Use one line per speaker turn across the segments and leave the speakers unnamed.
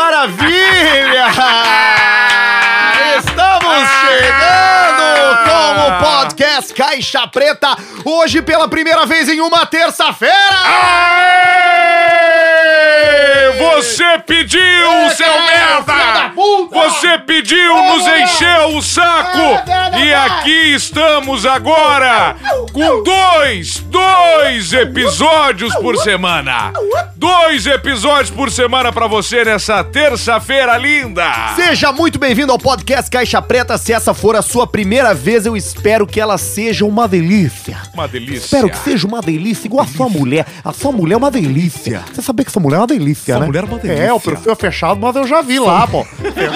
Maravilha! Estamos chegando com o podcast Caixa Preta, hoje pela primeira vez em uma terça-feira!
Aê! Você pediu, seu
Filha da
merda!
puta! É
Você pediu, nos encheu o saco! E aqui estamos agora com dois, dois episódios por semana! Dois episódios por semana pra você nessa terça-feira linda!
Seja muito bem-vindo ao podcast Caixa Preta. Se essa for a sua primeira vez, eu espero que ela seja uma delícia.
Uma delícia!
Espero que seja uma delícia igual a sua mulher. A sua mulher é uma delícia. Você sabia que sua mulher é uma delícia,
Sua
né?
mulher é uma delícia.
É, o perfil é fechado, mas eu já vi lá, pô.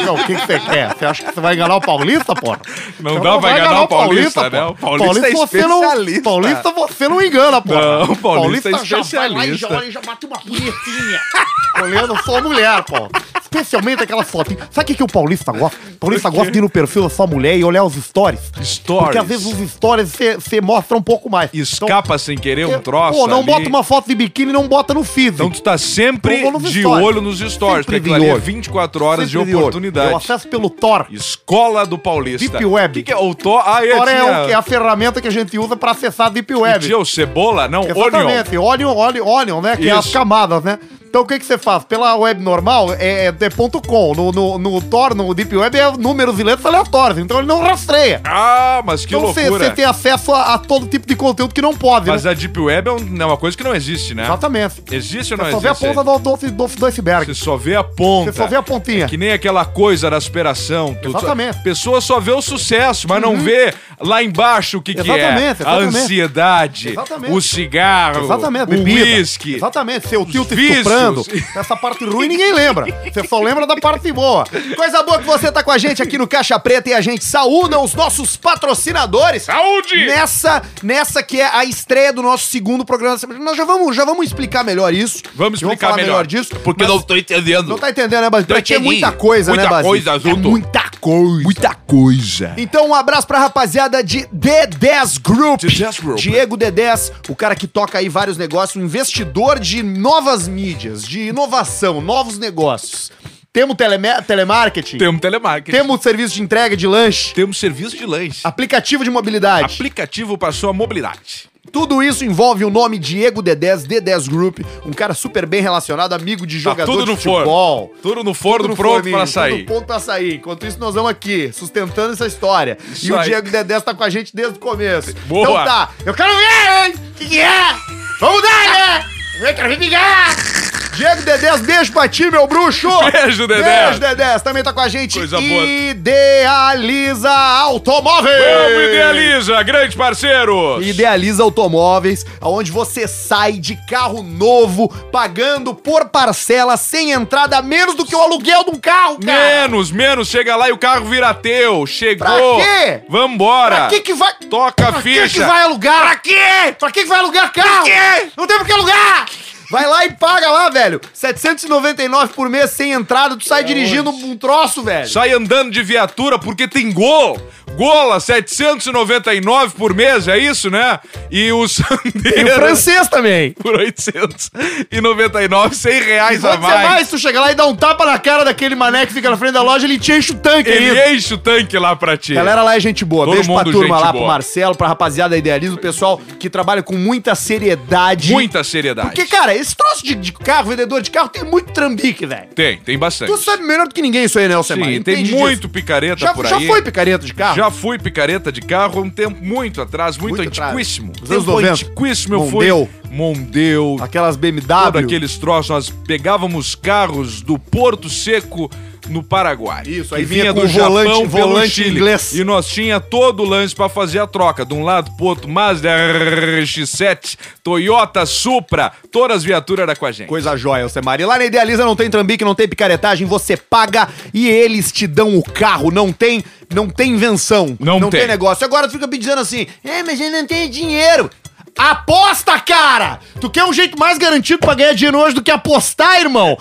Não, o que que você quer? Você acha que você vai enganar o Paulista, pô?
Não
Você
dá pra enganar o Paulista, né? O Paulista é
Não,
especialista.
Paulista você não engana, pô.
Não, o Paulista é
já vai lá e já,
especialista.
olha e já bate uma punhetinha. Olhando só a mulher, pô. Especialmente aquela foto. Sabe o que, que o Paulista gosta? O Paulista gosta de ir no perfil da sua mulher e olhar os stories.
Stories.
Porque às vezes os stories você mostra um pouco mais. Então,
Escapa sem querer um troço
Pô, não
ali.
bota uma foto de biquíni e não bota no feed.
Então tu tá sempre
Então vou nos
de
stories.
olho nos stories,
Sempre
porque aquilo
de
ali é
olho.
24 horas
Sempre
de
olho.
oportunidade.
Eu acesso pelo Tor.
Escola do Paulista.
Deep Web.
Que que é o to... Ah, é,
Tor é,
tinha...
o- é a ferramenta que a gente usa pra acessar a Deep
e
Web.
Tinha o Cebola? Não, Onion.
Exatamente. Onion, Onion, Onion, né? Que é as
Isso.
camadas, né? Então o que que você faz? Pela web normal é, é, é ponto .com. No, no, no Tor, no Deep Web, é números e letras aleatórios. Então ele não rastreia.
Ah, mas que
então você
loucura.
você tem acesso a, a todo tipo de conteúdo que não pode,
Mas
né?
a Deep Web é um- é uma coisa que não existe, né?
Exatamente.
Existe ou não
Você só vê a
existe?
ponta do, do, do, do iceberg.
Você só vê a ponta.
Você só vê a pontinha.
é Que nem aquela coisa da aspiração. Tu
Exatamente. Uhum.
Só... Pessoa só vê o sucesso, mas não vê lá embaixo o que, que é.
Exatamente, exatamente.
A ansiedade,
Exatamente.
o cigarro,
Exatamente,
o
bebida.
uísque.
Exatamente, seu tio te
vícios.
estuprando. Essa parte ruim ninguém lembra. Você só lembra da parte boa. Coisa boa que você tá com a gente aqui no Caixa Preta e a gente saúda os nossos patrocinadores. Né?
Saúde!
Nessa, nessa que é a estreia do nosso segundo programa. Nós já vamos, já vamos explicar melhor isso.
Vamos
Já
explicar
falar
melhor.
disso.
Porque
mas
não tô entendendo.
não tá entendendo, né, Basílio?
Não
É que é
entendi.
muita coisa,
Muita
né, Basílio?
coisa,
É
junto.
muita coisa.
Muita coisa.
Então, um abraço pra rapaziada de D10 Group.
D10 Group.
Diego D10, o cara que toca aí vários negócios, um investidor de novas mídias, de inovação, novos negócios. Temos teleme- telemarketing,
Temos telemarketing.
temos serviço de entrega de lanche,
Temos serviço de lanche.
aplicativo de mobilidade.
Aplicativo para sua mobilidade.
Tudo isso envolve o nome Diego D10, D10 Group, um cara super bem relacionado, amigo de jogador
Tá tudo
de
no forno.
futebol.
Tudo no forno
no
pronto
forninho,
para
Tudo
sair.
pronto pra sair. Enquanto isso, nós vamos aqui, sustentando essa história.
Isso
e o
aí.
Diego Dedé tá com a gente desde o começo.
Boa.
Então tá, eu quero ver, hein? O que, que é? Vamos dar, né? Eu quero vingar! Diego Dedés, beijo pra ti, meu bruxo!
Beijo, Dedé.
Beijo, Dedés! Também tá com a gente.
Coisa boa.
Idealiza Automóveis!
Vamos, Idealiza, grande parceiro.
Idealiza Automóveis, aonde você sai de carro novo, pagando por parcela, sem entrada, menos do que o aluguel de um carro, cara!
Menos, menos. Chega lá e o carro vira teu. Chegou.
Pra quê?
Vambora.
Pra que que vai...
Toca a
pra
ficha.
que que vai alugar? Pra quê? Pra que que vai alugar carro?
quê?
Não tem pra que alugar! Vai lá e paga lá, velho. 799 por mês sem entrada,
É
tu sai dirigindo um troço, velho.
Sai andando de viatura porque tem gol. Gola, 799 por mês, é isso, né? E o
Tem o
Sandero
francês também.
por 899, 100 reais a
Quando você
mais.
mais, tu chega lá e dá um tapa na cara daquele mané que fica na frente da loja, ele te enche o tanque, é isso.
Ele enche o tanque lá pra ti.
Galera lá é gente boa.
Todo
Beijo pra
mundo
turma
gente
lá,
boa.
pro Marcelo, pra rapaziada da Idealismo, o pessoal que trabalha com muita seriedade.
Muita seriedade.
Porque, cara, esse troço de, de carro, vendedor de carro, tem muito trambique, velho.
Tem, tem bastante.
Tu sabe melhor do que ninguém isso aí, Nelson.
Sim,
Maia.
tem
Entende
muito
disso.
picareta
Já,
por
já
aí.
foi picareta de carro?
Já fui picareta de carro há um tempo muito atrás, muito,
Muito atrás.
antiquíssimo.
Nos anos
Tempo
90.
antiquíssimo eu
Mondeu.
fui. Mondeu.
Aquelas BMW.
Todos aqueles troços, nós pegávamos carros do Porto Seco no Paraguai.
Isso,
Que
aí vinha com volante-
pelo
volante
Chile.
inglês.
E nós tinha todo o lance pra fazer a troca. De um lado pro outro, Mazda RX-7, Toyota Supra, todas as viaturas eram com a gente.
Coisa jóia, você Maria. Lá na Idealiza não tem trambique, não tem picaretagem, você paga e eles te dão o carro. Não tem, não tem invenção.
Não
tem.
tem.
negócio. Agora tu fica pedindo assim, é, mas eu não tenho dinheiro. Aposta, cara! Tu quer um jeito mais garantido pra ganhar dinheiro hoje do que apostar, irmão?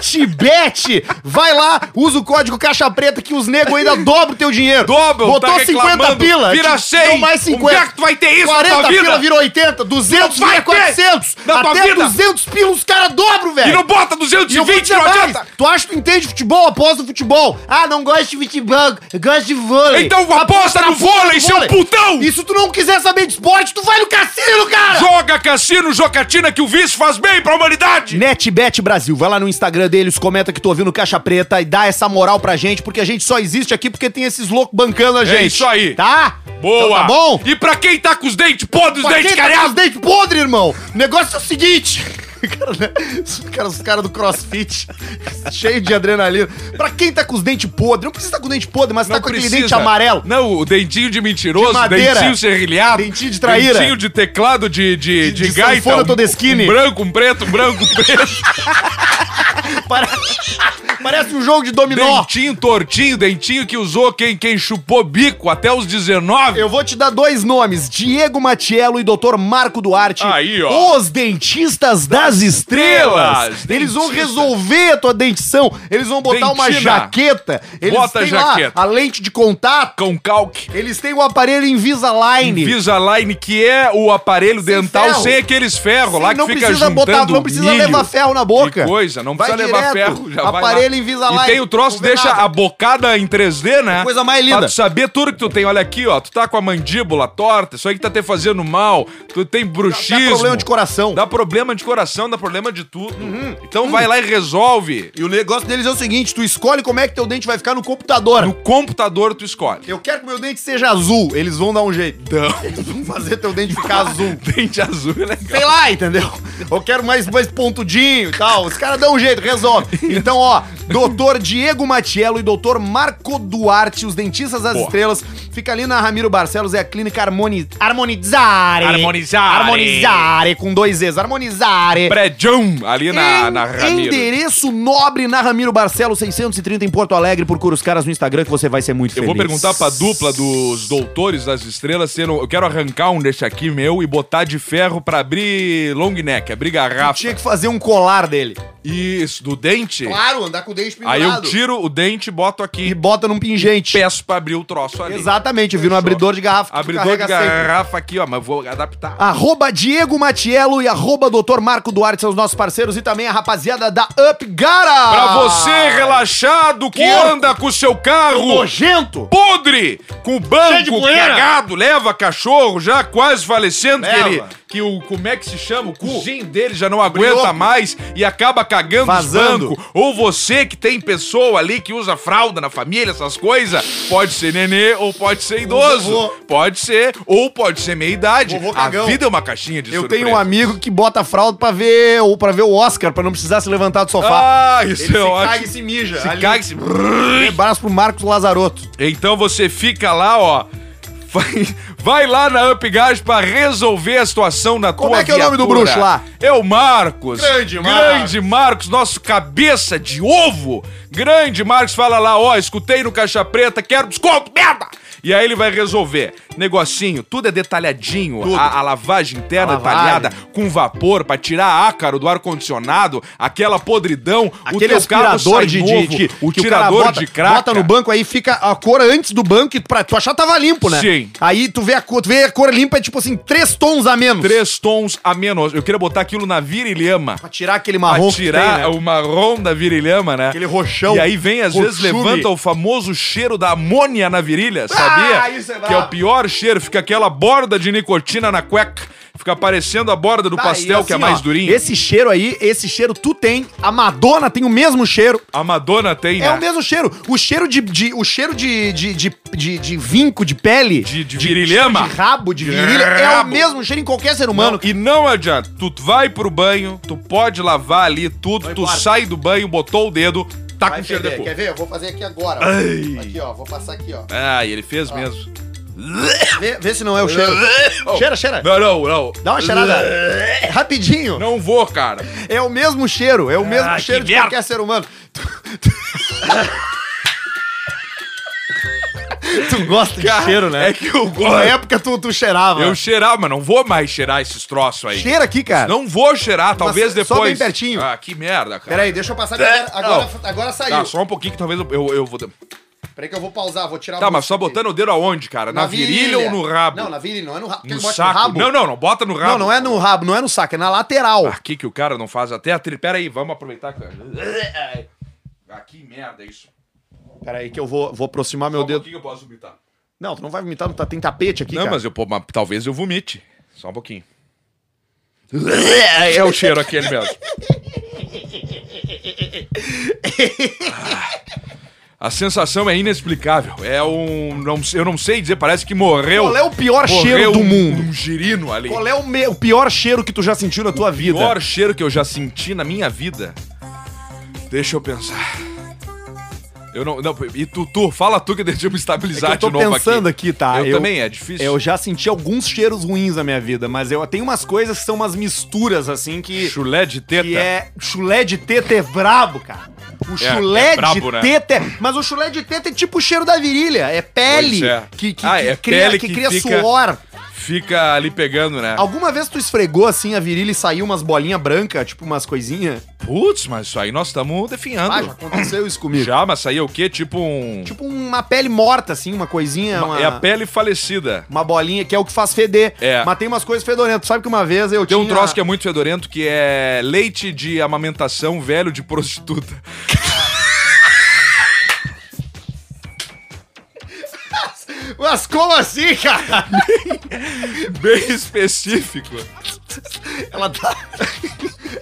NetBet! Vai lá, usa o código Caixa Preta que os nego ainda dobram teu dinheiro.
Dobro,
Botou
tá
50
reclamando.
pila.
Vira
te
100.
Deu mais 50.
Onde é que tu vai ter isso na
40
tua vida?
pila virou 80, 200
Não vai
vira 400.
ter na tua
Até
vida.
200 pila os caras dobram, velho.
E não bota
E eu É. vou
220,
dizer
não
mais,
adianta.
Tu acha que tu entende futebol? Aposta no futebol. Ah, não gosto de futebol, eu gosto de vôlei.
Então aposta no vôlei, seu putão!
E se tu não quiser saber de esporte, tu vai no cassino, cara!
Joga cassino, jocatina, que o vício faz bem pra humanidade.
NetBet Brasil, vai lá no Instagram deles, comenta que tu ouviu no Caixa Preta e dá essa moral pra gente, porque a gente só existe aqui porque tem esses loucos bancando a gente.
É isso aí.
Tá?
Boa.
Então tá bom?
E pra quem tá com os dentes podres, os
Pra
dentes
quem tá com os
cariados.
dentes podres, irmão. O negócio é o seguinte. Cara, né? Os caras os caras do crossfit, cheio de adrenalina. Pra quem tá com os dentes podres, não precisa estar com o dente podre, mas tá com aquele dente amarelo.
Não, o dentinho de mentiroso,
De madeira.
dentinho serrilhado.
Dentinho de traíra.
Dentinho de teclado de, de, de,
de
gaita.
sanfona Todeschini.
um branco, um preto, um branco, um preto.
Pare- Parece um jogo de dominó.
dentinho tortinho, dentinho que usou quem, quem chupou bico até os 19.
Eu vou te dar dois nomes: Diego Matiello e Dr. Marco Duarte.
Aí, ó.
Os dentistas das estrelas.
Estrelas,
Eles vão
dentista.
resolver a tua dentição. Eles vão botar uma
Dentina.
jaqueta. Eles
Bota a
têm lá
jaqueta.
a lente de contato.
Cão calque.
Eles têm o aparelho Invisalign.
Invisalign, que é o aparelho
Sem
dental
ferro.
sem aqueles ferros
Sim,
lá que
não
fica
precisa
juntando
botar, não precisa
milho.
levar ferro na boca.
Que coisa, não
Vai
precisa levar
direto,
ferro. Já
aparelho
vai lá.
Invisalign,
E tem o troço,
não vê
deixa
nada.
a bocada em 3D, né?
Coisa mais linda.
Pra tu saber tudo que tu tem. Olha aqui, ó. Tu tá com a mandíbula torta, isso aí que tá te fazendo mal. Tu tem bruxismo.
Dá problema de Uhum. coração.
Dá problema de coração, dá problema de tudo. Então vai lá e resolve.
E o negócio deles é o seguinte, tu escolhe como é que teu dente vai ficar no computador.
No computador tu escolhe.
Eu quero que meu dente seja azul. Eles vão dar um jeito. Eles vão fazer teu dente ficar azul.
Dente azul é legal.
Sei lá, entendeu? Eu quero mais, mais pontudinho e tal. Os caras dão um jeito, resolve. Então, ó, doutor Diego Matiello e doutor Marco Duarte, os dentistas das
Boa.
estrelas, fica ali na Ramiro Barcelos, é a clínica Harmoni... Harmonizare.
Harmonizare.
Harmonizare, com dois Z's. Harmonizare.
Prédium ali na, na
Em-
Ramiro.
Endereço nobre na Ramiro Barcelos 630 em Porto Alegre. Procura os caras no Instagram que você vai ser muito
Eu
feliz.
vou perguntar pra dupla dos doutores das estrelas se eu, não- eu quero arrancar um desse aqui meu e botar de ferro pra abrir long neck, abrir garrafa.
Tinha que fazer um colar dele.
Isso, do dente.
Claro, andar com o dente
Aí eu tiro o dente, boto aqui
E bota num pingente.
peço pra abrir o troço ali.
Exatamente, vira um
Fechou.
abridor de garrafa. que tu
Abridor
carrega
de
sempre.
garrafa aqui, ó, mas vou adaptar.
Ah, Arroba Diego Matiello e arroba Dr. Marco Duarte são os nossos parceiros e também a rapaziada da Upgara.
Pra você relaxado que
Porco.
anda com o seu carro
Nojento.
podre, com o
Cheio de
banco
poeira.
cagado, leva cachorro já quase falecendo, que,
Leva.
ele, que o, como é que se chama? O cozinho dele já não aguenta
Brioco.
mais e acaba cagando
Vazando.
os bancos. Ou você que tem pessoa ali que usa fralda na família, essas coisas, pode ser nenê ou pode ser
vovô.
idoso. Pode ser, ou pode ser meia idade.
Vovô
A
cagão.
vida é uma caixinha de
Eu
surpresa.
tenho um amigo que bota fralda pra ver ou para ver o Oscar, pra não precisar se levantar do sofá.
Ah, isso é ótimo.
se mija.
se
ali.
caga e se...
Um abraço pro Marcos Lazarotto.
Então você fica lá, ó. Vai, vai lá na Upgás pra resolver a situação na
Como
tua
é que é o nome do
viatura.
bruxo lá?
É o Marcos.
Grande Marcos.
Grande Marcos, nosso cabeça de ovo. Grande Marcos fala lá, ó, escutei no Caixa Preta, quero desconto, merda! E aí ele vai resolver. Negocinho, tudo é detalhadinho.
Tudo.
A, a lavagem interna
A lavagem.
detalhada, com vapor pra tirar ácaro do ar-condicionado, aquela podridão,
Aquele
teu carro
aspirador
sai
de, de-
novo,
de-
o
que
tirador
cara bota,
de craca.
Bota no banco aí, fica a cor antes do banco e pra tu achar tava limpo, né?
Sim.
Aí tu vê a cor, tu vê a cor limpa, é tipo assim, três tons a menos.
três tons a menos. Eu queria botar aquilo na virilhama.
Pra tirar aquele
Pra
marrom que tem,
tirar
né?
o marrom da virilhama, né?
Aquele roxão.
E aí vem, às vezes,
roxume.
levanta o famoso cheiro da amônia na virilha, sabia?
isso é
que é
brabo.
o pior cheiro, fica aquela borda de nicotina na cueca. Fica parecendo a borda do
Tá,
pastel,
e
que é
assim,
mais
ó,
durinho.
Esse cheiro aí, esse cheiro tu tem. A Madonna tem o mesmo cheiro.
A Madonna tem,
É,
né?
o mesmo cheiro. O cheiro de, de- o cheiro de, de, de, de- de vinco, de pele,
De, de virilhama.
de rabo, de virilha, é o
Rabo.
mesmo cheiro em qualquer ser humano.
Não, e não adianta. Tu vai pro banho, tu pode lavar ali tudo, tu
embora.
sai do banho, botou o dedo, tá com cheiro de cu.
é. ver? Eu vou fazer aqui agora.
Ai.
Aqui, ó. Vou passar aqui, ó.
Ah, e ele fez mesmo.
Vê, vê se não é o cheiro. Cheira, cheira.
Não, não, não.
Ah. Dá uma cheirada. Rapidinho.
Não vou, cara.
É o mesmo cheiro. É o mesmo
Ah,
cheiro
que
de
merda.
qualquer ser humano. Tu gosta de cheiro, né?
É que eu
Na
gosto.
época tu, tu cheirava.
Eu cheirava, mas não vou mais cheirar esses troços aí.
Cheira aqui, cara.
Não vou cheirar, talvez
só
depois.
bem pertinho.
Ah, que merda, cara.
Peraí, deixa eu passar. que Agora, agora, agora saiu.
É, Tá, só um pouquinho que talvez eu, eu, eu vou.
Peraí que eu vou pausar, vou tirar
Tá,
o
mas só botando o dedo aonde, cara? Na, virilha, ou no rabo?
Não, na virilha, não é no rabo. Porque
no
ele bota
saco.
rabo.
Não, não, não, bota no rabo. Ah.
Não, não é no rabo, não é no saco, é na lateral.
Aqui que o cara não faz até a trilha. Pera aí, vamos aproveitar. que- Ah, que merda isso.
Peraí que eu vou, vou aproximar meu
Só um
dedo.
pouquinho que eu posso vomitar.
Não, tu não vai vomitar, não tá, tem tapete aqui,
não,
cara.
mas eu pô, mas talvez eu vomite. Só um pouquinho. É o cheiro aquele mesmo. Ah, A sensação é inexplicável. É um. não- eu não sei dizer, parece que morreu.
Qual é o pior
morreu
cheiro do
um-
mundo?
Um girino ali.
Qual é o, me- o pior cheiro que tu já sentiu na tua vida?
O pior cheiro que eu já senti na minha vida. Deixa eu pensar. Eu não. não e tu, tu, fala tu que deixa eu me
É que
estabilizar
eu tô
de novo
pensando
aqui.
aqui, tá?
Eu também, é difícil.
Eu já senti alguns cheiros ruins na minha vida, mas eu tenho umas coisas que são umas misturas, assim, que,
Chulé de teta.
que é... Chulé de teta é brabo, cara. O
É,
chulé
é brabo,
de
né?
teta é... Mas o chulé de teta é tipo o cheiro da virilha. É pele
Pois é.
que, que,
Ah,
que
é
cria,
pele
que
que
cria
fica-
suor.
Fica ali pegando, né?
Alguma vez tu esfregou, assim, a virilha e saiu umas bolinhas brancas, tipo umas coisinhas?
Putz, mas isso aí nós estamos
Ah, já
definhando.
aconteceu isso comigo.
Já, mas saía o quê? Tipo um.
Tipo uma pele morta, assim, uma coisinha...
uma-
uma-
É a pele falecida.
Uma bolinha que é o que faz feder.
É.
Mas tem umas coisas fedorentas. Sabe que uma vez eu tinha...
Tem um troço que é muito fedorento que é leite de amamentação velho de prostituta.
Mas como assim, cara?
Bem específico.
Ela tá...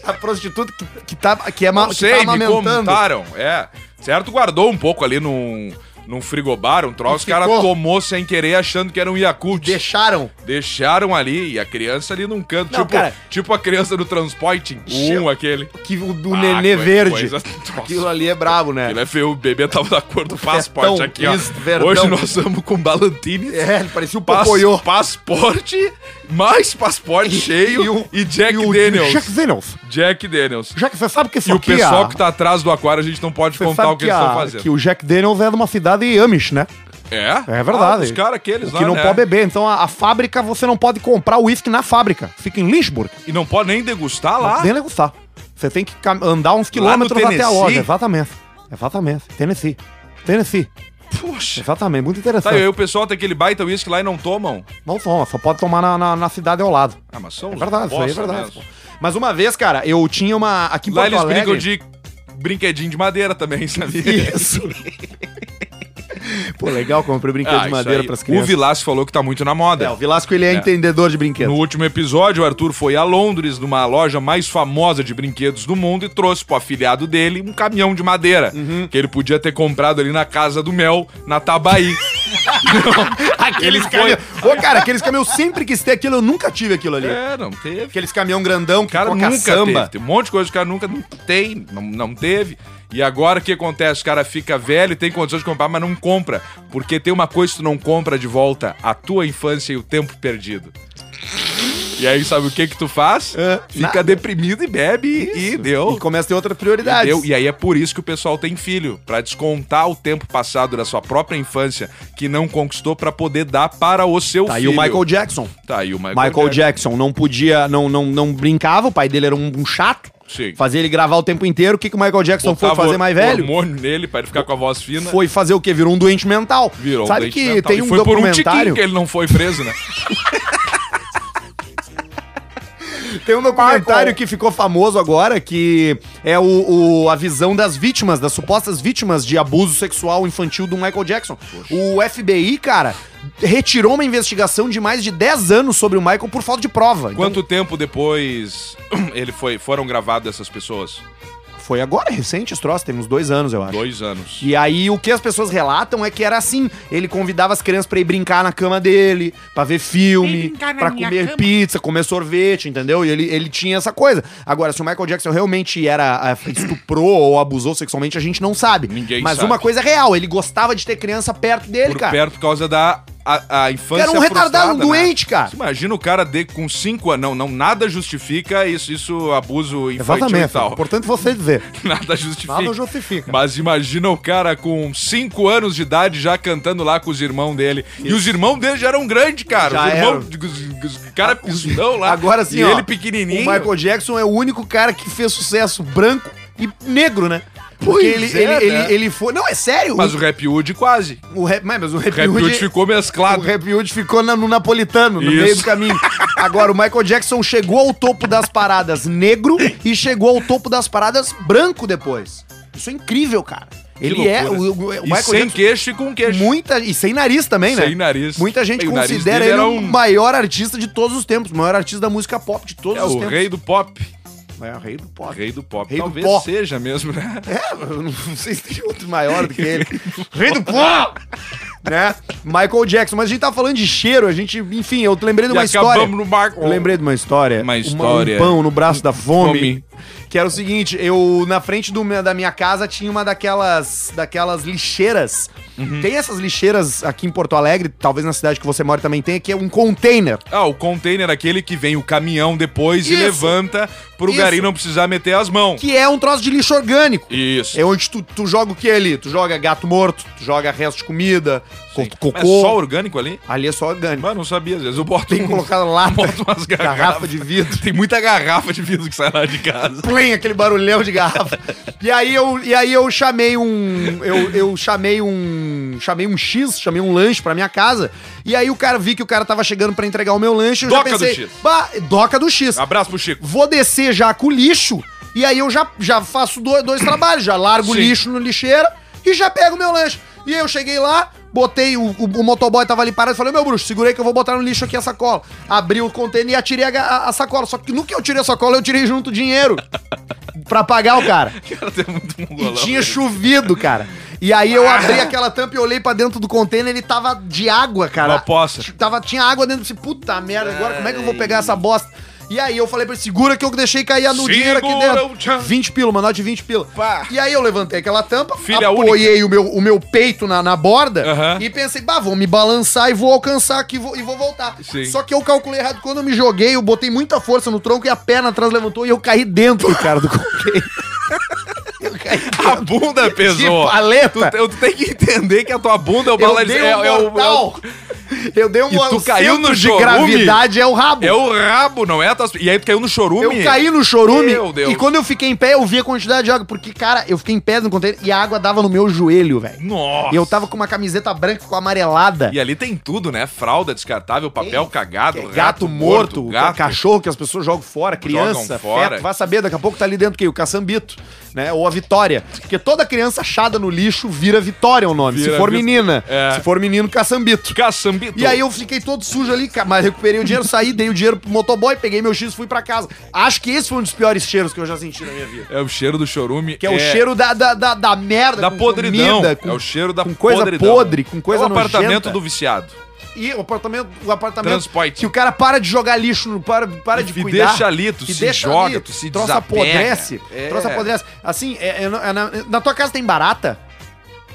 A prostituta que, que, tá, que, é ma...
Não
que tá
sei, me
amamentando.
comentaram. É. Certo, guardou um pouco ali num, num frigobar, um troço. O
E
cara
ficou.
tomou sem querer achando que era um Yakult.
Deixaram.
Deixaram ali e a criança ali num canto.
Não,
tipo,
cara.
tipo a criança do transporte. Um, aquele.
Que o do
Ah,
nenê
coisa-
verde.
coisa atroz.
Aquilo ali é brabo, né?
Ele é feio, o bebê tava da cor do passaporte
Verdão,
aqui, ó.
isso, verdão.
Hoje nós estamos com Balantines.
É, ele parecia o
pas-
Pocoyo.
passaporte, mais passaporte cheio e,
o-
Jack
e o-
Daniels.
Jack Daniels.
Jack Daniels.
Já que você sabe que isso
E o
aqui,
pessoal
ah,
que tá atrás do aquário, a gente não pode
você
contar
sabe
o que, eles
ah,
estão fazendo.
que o Jack Daniels é de uma cidade Amish, né?
É?
É verdade.
Ah, os caras aqueles
O
lá,
que não
né?
pode beber. Então a, a fábrica, você não pode comprar o uísque na fábrica. Fica em Lynchburg.
E não pode nem degustar lá.
Nem degustar. Você tem que cam- andar uns quilômetros até a
Tennessee?
loja. Exatamente. Exatamente. Tennessee. Tennessee.
Poxa.
Exatamente. Muito interessante.
Tá, e aí o pessoal tem aquele baita uísque lá e não tomam.
Não toma, só pode tomar na, na, na cidade ao lado.
Ah, mas são
É
uns
verdade, isso aí é
bosta
verdade.
mesmo.
pô. Mas uma vez, cara, eu tinha uma. Aqui em
Lá
Porto
eles
Alegre.
brincam de brinquedinho de madeira também, sabia?
Isso. Pô, legal, comprei brinquedo
Ah,
de
isso
madeira
aí.
pras
O
crianças.
Vilas falou que tá muito na
É,
moda.
o Vilasco ele é, entendedor de brinquedo.
No último episódio, o Arthur foi a Londres, numa loja mais famosa de brinquedos do mundo, e trouxe pro afiliado dele um caminhão de madeira. Que ele podia ter comprado ali na casa do Mel, na Tabaí.
Aqueles
Ele
caminhões. Ô, cara, aqueles caminhões eu sempre quis ter aquilo, eu nunca tive aquilo ali.
é, não teve.
Aqueles caminhão grandão,
O cara
com a
nunca
caçamba.
teve. Tem um monte de coisa que o cara nunca não tem, não, não teve. E agora o que acontece? O cara fica velho, tem condições de comprar, mas não compra. Porque tem uma coisa que tu não compra de volta: a tua infância e o tempo perdido. E aí, sabe o que que tu faz?
É,
Fica
nada.
deprimido e bebe e deu.
E começa a ter outras prioridades.
Entendeu? E aí é por isso que o pessoal tem filho, Pra descontar o tempo passado da sua própria infância que não conquistou pra poder dar para o seu
Tá aí
filho.
o Michael Jackson.
Tá aí o Michael,
Michael
Jackson.
Jackson não podia, não, não, não brincava, o pai dele era um, um chato.
Sim.
Fazia ele gravar o tempo inteiro. O que, que o Michael Jackson foi
Botava
fazer mais velho?
hormônio nele pra ele ficar com a voz fina.
Foi fazer o quê? Virou um doente mental.
Virou um
Sabe
doente
que
mental.
tem
E
um
foi por um
documentário.
tiquinho que ele não foi preso, né?
Tem um documentário que ficou famoso agora, que é o, o- a visão das vítimas, das supostas vítimas de abuso sexual infantil do Michael Jackson. O FBI, cara, retirou uma investigação de mais de 10 anos sobre o Michael por falta de prova. Então,
Quanto tempo depois ele foi, foram gravadas essas pessoas?
foi agora, recente esse troço, tem uns dois anos, eu acho.
Dois anos.
E aí o que as pessoas relatam é que era assim, ele convidava as crianças pra ir brincar na cama dele, pra ver filme, pra comer pizza, comer sorvete, entendeu? E ele, ele tinha essa coisa. Agora, se o Michael Jackson realmente era ah, estuprou ou abusou sexualmente, a gente não sabe.
Ninguém
Mas
sabe.
uma coisa é real, ele gostava de ter criança perto dele,
Por
cara.
perto por causa da a, a infância
Era um retardado, um
frustrada, né?
doente, cara.
Você Imagina o cara de, com cinco anos. Não, não, nada justifica isso, isso abuso infantil e
Exatamente.
tal.
Importante você dizer.
Nada justifica.
Nada justifica.
Mas imagina o cara com 5 anos de idade já cantando lá com os irmãos dele. E os irmãos dele já eram grandes, cara.
Já
os irmãos.
eram. Ah,
Os, os, os cara pistão lá.
Agora sim,
E
ó,
ele pequenininho.
O Michael Jackson é o único cara que fez sucesso branco e negro, né? Porque
Pois
ele,
é,
ele,
né?
ele, ele foi. Não, é sério.
Mas o Rap Hood quase.
o rap, mas o
O
rap,
Rap Hood
hood-
ficou
O
mesclado.
Rap Hood ficou na- no napolitano, no
Isso.
meio do caminho. Agora, o Michael Jackson chegou ao topo das paradas negro e chegou ao topo das paradas branco depois. Isso é incrível, cara. Ele
Que
é o,
loucura.
o- o
E
Michael
sem
Jackson.
queixo e com queixo.
Muita, e sem nariz também, né?
Sem nariz.
Muita gente
Bem, o nariz
considera
dele
ele
era
o
um-
maior artista de todos os tempos, o maior artista da música pop de todos
É
os
o
tempos.
rei do pop.
É o rei do pop.
Rei do pop.
Rei do
Talvez
pop.
seja mesmo, né?
É, eu não sei se tem outro maior do que ele. Rei do pó! né? Michael Jackson. Mas a gente tá falando de cheiro, a gente... Enfim, eu lembrei de
E
uma história.
acabamos no Marco.
Eu lembrei de uma história.
Uma história.
um pão no braço da fome.
Fome.
Que era o seguinte, eu na frente do meu- da minha casa tinha uma daquelas daquelas lixeiras.
Uhum.
Tem essas lixeiras aqui em Porto Alegre, talvez na cidade que você mora também tenha, que é um container.
Ah, o container aquele que vem o caminhão depois e
Isso.
levanta pro
Isso.
gari não precisar meter as mãos.
Que é um troço de lixo orgânico.
Isso.
É onde tu, tu joga o que ali? Tu joga gato morto, tu joga resto de comida,
Sim.
co- cocô.
Mas só orgânico ali?
Ali é só orgânico.
Mano, não sabia. Às vezes eu boto um,
Tem que colocar lá
boto umas garrafas.
garrafa de vidro.
Tem muita garrafa de vidro que sai lá de casa.
Plim, aquele barulhão de garrafa. E aí eu, e aí eu chamei um. Eu, eu chamei um. Chamei um X, chamei um lanche pra minha casa. E aí o cara vi que o cara tava chegando pra entregar o meu lanche. Eu
Doca
já
do
pensei,
X.
"Bah, doca do X.
Abraço pro Chico.
Vou descer já com o lixo. E aí eu já, já faço dois, dois trabalhos. Já largo o
Sim.
lixo no lixeira e já pego o meu lanche. E aí eu cheguei lá. Botei, o, o, o motoboy tava ali parado e falei, meu bruxo, segurei que eu vou botar no lixo aqui a sacola. Abri o container e atirei a, ga- a- a sacola. Só que no que eu tirei a sacola, eu tirei junto o dinheiro pra pagar o cara.
Cara, tem muito
E
mongolão.
tinha chovido, cara. E aí eu
Ah.
abri aquela tampa e olhei pra dentro do container, ele tava de água, cara.
Uma poça.
T- Tava, tinha água dentro. Disse, puta merda, agora como é que eu vou pegar essa bosta? E aí eu falei pra ele, segura que eu deixei cair a nudinha aqui
Segura o
dentro.
tchan.
20 pila, uma nota de 20 pila.
Pá.
E aí eu levantei aquela tampa,
Filha
apoiei o meu, o meu peito na, na borda
Aham.
e pensei, bah, vou me balançar e vou alcançar aqui vou- e vou voltar.
Sim.
Só que eu calculei errado. Quando eu me joguei, eu botei muita força no tronco e a perna atrás levantou e eu caí dentro, cara, do container. eu caí dentro.
A bunda pesou.
De paleta.
Tu, tu tem que entender que a tua bunda é o
Eu
balanço.
dei
é,
um
é o- é o-
mortal. Eu dei um
E tu
o
caiu
centro
no
de
chorume?
gravidade é o rabo.
é o rabo, não é? a tua- E aí tu caiu no
Eu
chorume.
caí no chorume
Meu Deus.
e quando eu fiquei em pé, eu vi a quantidade de água. Porque, cara, eu fiquei em pé no container e a água dava no meu joelho, velho.
Nossa.
E eu tava com uma camiseta branca com amarelada.
E ali tem tudo, né? Fralda descartável, papel cagado,
É gato morto,
gato.
cachorro que é as pessoas jogam fora, criança,
Jogam fora.
feto, vai saber, daqui a pouco tá ali dentro que o caçambito, né? Ou a Vitória, porque toda criança achada no lixo vira Vitória é o nome,
Vira
se for
Vit-
menina,
É.
se for menino caçambito.
Caçambito.
E aí eu fiquei todo sujo ali, ca- mas recuperei o dinheiro, saí, dei o dinheiro pro motoboy, peguei meu X e fui pra casa. Acho que esse foi um dos piores cheiros que eu já senti na minha vida.
É o cheiro do chorume.
Que é, o cheiro da, da, da, da merda,
da
com
podridão.
comida, com-
é o cheiro da
com coisa
podridão.
podre, com coisa
É o apartamento
nojenta.
do viciado.
E o apartamento, o apartamento
Transporte.
que o cara para de jogar lixo, não para, para de
E
cuidar.
deixa ali, tu
e
se
deixa
joga, tu se
troça
desapega.
apodrece,
É.
troça apodrece. Assim, é- é- na, na- na tua casa tem barata?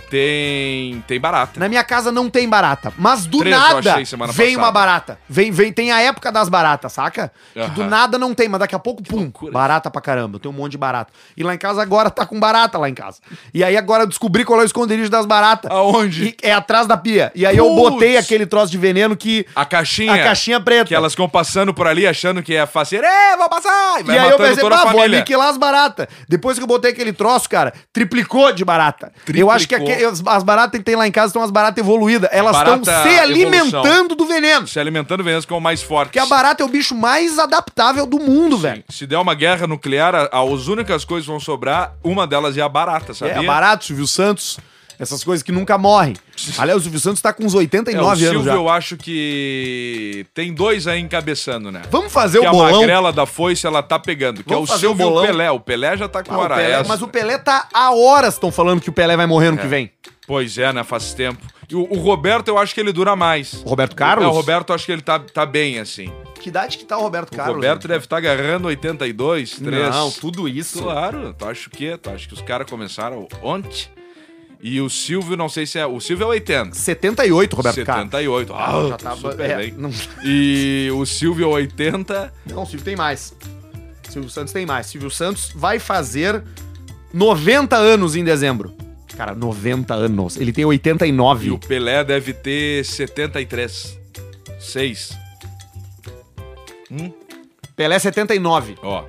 Tem. Tem barata.
Na minha casa não tem barata. Mas do
Três eu
nada
achei semana
vem
passada.
uma barata. Vem, vem, tem a época das baratas, saca? Que do
Aham.
nada não tem, mas daqui a pouco, pum,
loucura.
barata pra caramba. Eu tenho um monte de barata. E lá em casa agora tá com barata lá em casa. E aí agora eu descobri qual é o esconderijo das baratas.
Aonde?
E é atrás da pia. E aí eu
Putz.
botei aquele troço de veneno que.
A caixinha.
A caixinha preta.
Que elas ficam passando por ali achando que é faceira. É, vou passar!
E aí eu pensei,
toda a
pá, vou
família.
aniquilar as baratas. Depois que eu botei aquele troço, cara, triplicou de barata. Eu acho que
Triplicou.
aquele- as as baratas que tem lá em casa são as baratas evoluídas. Elas estão
Barata
se alimentando do veneno.
Se alimentando veneno com o mais forte.
Porque a barata é o bicho mais adaptável do mundo, velho.
Se der uma guerra nuclear, a- a- as únicas coisas que vão sobrar, uma delas é a barata,
É,
sabia?
a barata, o Silvio Santos, essas coisas que nunca morrem. Aliás, o Silvio Santos tá com uns
É, o
89
Silvio,
anos já.
eu acho que tem dois aí encabeçando, né?
Vamos fazer
que
o
a
bolão.
magrela da foice ela tá pegando, que
Vamos
é o
fazer o
Silvio e o
bolão.
Pelé. O Pelé já tá com
Ah, o
hora
Pelé-
essa.
mas o Pelé tá há horas estão falando que o Pelé vai morrer ano que vem.
Pois é, né? Faz tempo. E o, o Roberto, eu acho que ele dura mais.
O Roberto Carlos?
É, o Roberto, eu acho que ele tá, tá bem, assim.
Que idade que tá o Roberto
o
Carlos?
Roberto é
né?
deve estar agarrando 82, 3.
Não, tudo isso.
Claro, tu acha o quê? Tu acha que os caras começaram ontem? E o Silvio, não sei se é. O Silvio é 80.
78, Roberto Carlos.
78. Ah,
já tava-
super
é,
bem.
não-
E o Silvio é 80.
Não, Silvio tem mais. Silvio Santos tem mais. Silvio Santos vai fazer 90 anos em dezembro. Cara, 90 anos. Ele tem
E
89.
o Pelé deve ter 73. 6.
Pelé 79.
Ó.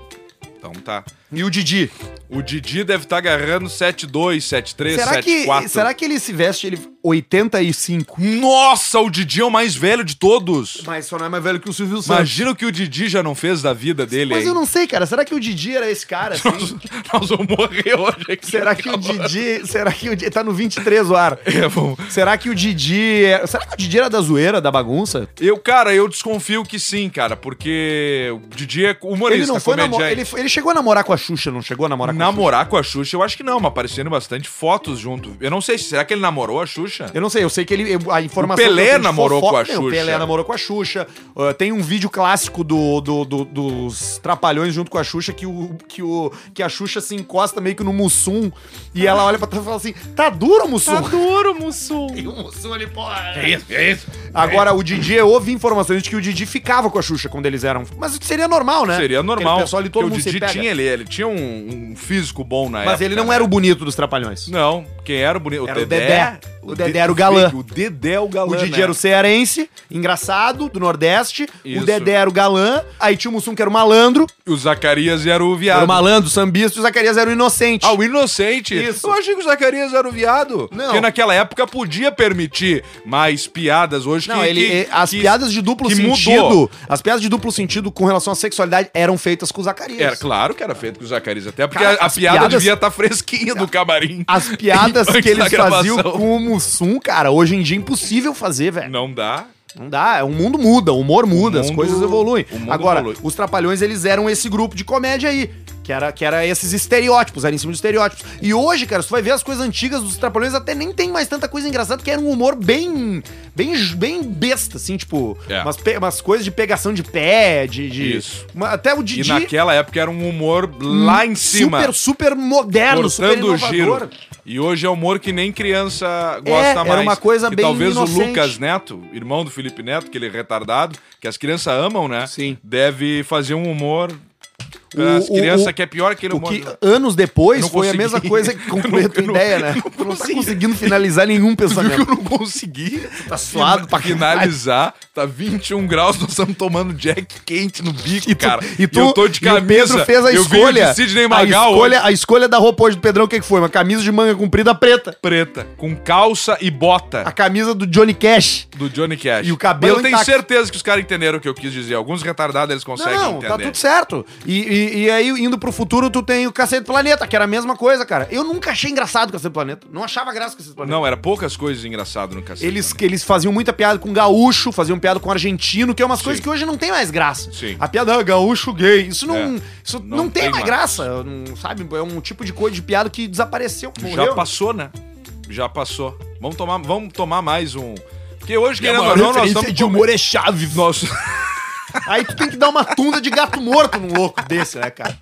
Então tá.
E o Didi.
O Didi deve estar agarrando 72, 73,
Será que,
74.
será que ele se veste ele 85?
Nossa, o Didi é o mais velho de todos.
Mas só não é mais velho que o Silvio Santos.
Imagina o que o Didi já não fez da vida dele.
Mas
hein?
eu não sei, cara. Será que o Didi era esse cara? assim?
Nós, nós vamos morrer hoje aqui.
Será que o Didi. Será que o Didi. Tá no 23 o ar.
É, vamos.
Será que o Didi. é- Será que o Didi era da zoeira, da bagunça?
Eu, cara, eu desconfio que sim, cara, porque o Didi é humorista,
Ele não foi namo-
comediante.
ele, foi- ele chegou a namorar com a Xuxa, não chegou a namorar com a Xuxa?
Namorar com a Xuxa, eu acho que não, mas aparecendo bastante fotos junto. Eu não sei, será que ele namorou a Xuxa?
Eu não sei, eu sei que ele. A informação.
O Pelé
que eu tenho de
namorou com a
né, O
Xuxa.
Pelé namorou com a Xuxa. Ah, tem um vídeo clássico do, do- do- dos Trapalhões junto com a Xuxa que, o, que, o, que a Xuxa se encosta meio que no Mussum e ela olha pra trás e fala assim: tá duro, Mussum?
Adoro, Mussum.
E
um
o Mussum ali, pô.
É isso, é isso.
Agora, o Didi, eu ouvi informações de que o Didi ficava com a Xuxa quando eles eram. Mas seria normal, né?
Seria normal.
Aquele pessoal ali, todo
porque
mundo
o Didi
se pega.
tinha ele, ele tinha um, um físico bom na época. né?
Mas ele não era o bonito dos Trapalhões.
Não, quem era o bonito?
Era o Dedé. O Dedé era o galã.
O Dedé é o galã.
O Didi
né?
era o cearense, engraçado, do Nordeste.
Isso.
O Dedé era o galã. Aí tinha o Mussum, que era o malandro.
o Zacarias era o viado.
Era o malandro, o sambista. E o Zacarias era o inocente.
Ah, o inocente.
Isso.
Eu achei que o Zacarias era o viado.
Não.
Porque naquela época podia permitir mais piadas hoje
Não,
que,
ele,
que-
eh, as
que-
piadas de duplo
que mudou.
sentido, as piadas de duplo sentido com relação à sexualidade eram feitas com o Zacarias.
Era claro que era feito com o Zacarias, até porque
Cara,
a, a
as
piada
piadas-
devia estar fresquinha do camarim.
As piadas
Antes
que
da
eles
gravação.
faziam com o Mussum, cara, hoje em dia é impossível fazer, velho.
Não dá.
Não dá, é, o mundo muda, o humor muda, as
mundo-
coisas evoluem.
o mundo
Agora,
evolui.
os Trapalhões, eles eram esse grupo de comédia aí, que era, que era esses estereótipos, era em cima de estereótipos. E hoje, cara, se tu vai ver as coisas antigas dos Trapalhões, até nem tem mais tanta coisa engraçada, porque era um humor bem bem, bem besta, assim, tipo,
É.
umas, pe- umas coisas de pegação de pé, de... de-
Isso.
uma- até o
E
Didi...
naquela época era um humor lá em cima.
Super, super moderno, super
cortando o
inovador.
giro. E hoje é humor que nem criança gosta
É, era
mais.
uma coisa
que
bem
talvez o
inocente.
Lucas Neto, irmão do Felipe Neto, que ele é retardado, que as crianças amam, né?
Sim.
Deve fazer um humor as
O- o-
crianças
o-
que é pior que ele
O
humor.
que anos depois
Eu não
foi a
consegui.
mesma coisa que
Eu
concluiu a
não-
tua
eu não-
ideia,
eu
né? Tu
não
não tá
consegui.
conseguindo finalizar nenhum
Tu viu que
pensamento.
eu não consegui
Tá suado pra caralho.
finalizar? Tá 21 graus, nós estamos tomando jack quente no bico,
E tu,
cara.
e tu
eu tô de
e o
camisa.
Pedro fez a
eu vi o
escolha.
de Sidney
a
Magal
escolha, a escolha da roupa hoje do Pedrão, o que, que foi? Uma camisa de manga comprida preta.
preta, com calça e bota
A camisa do Johnny Cash.
do Johnny Cash.
E o cabelo
Mas eu tenho
intacto.
certeza que os caras entenderam o que eu quis dizer. Alguns retardados eles conseguem
Não,
entender.
tá tudo certo. E, e- e aí, indo pro futuro, tu tem o Cacete do Planeta, que era a mesma coisa, cara. Eu nunca achei engraçado o Cacete do Planeta. Não achava graça o Cacete do Planeta.
Não, era poucas coisas engraçadas no cacete.
Eles,
né?
que eles faziam muita piada com gaúcho, faziam piada com argentino, que é umas coisas que hoje não tem mais graça.
Sim.
A piada ah, gaúcho gay, isso não,
É.
isso
Não
não, tem,
tem
mais
mais.
graça, não, sabe? É um tipo de coisa de piada que desapareceu, que morreu.
Já passou, né? Já passou. Vamos tomar, vamos tomar mais um. Porque hoje,
A
querendo
maior
ou não, nós
referência
estamos.
de humor é chave.
Nós...
Aí tu tem que dar uma tunda de gato morto num louco desse, né, cara?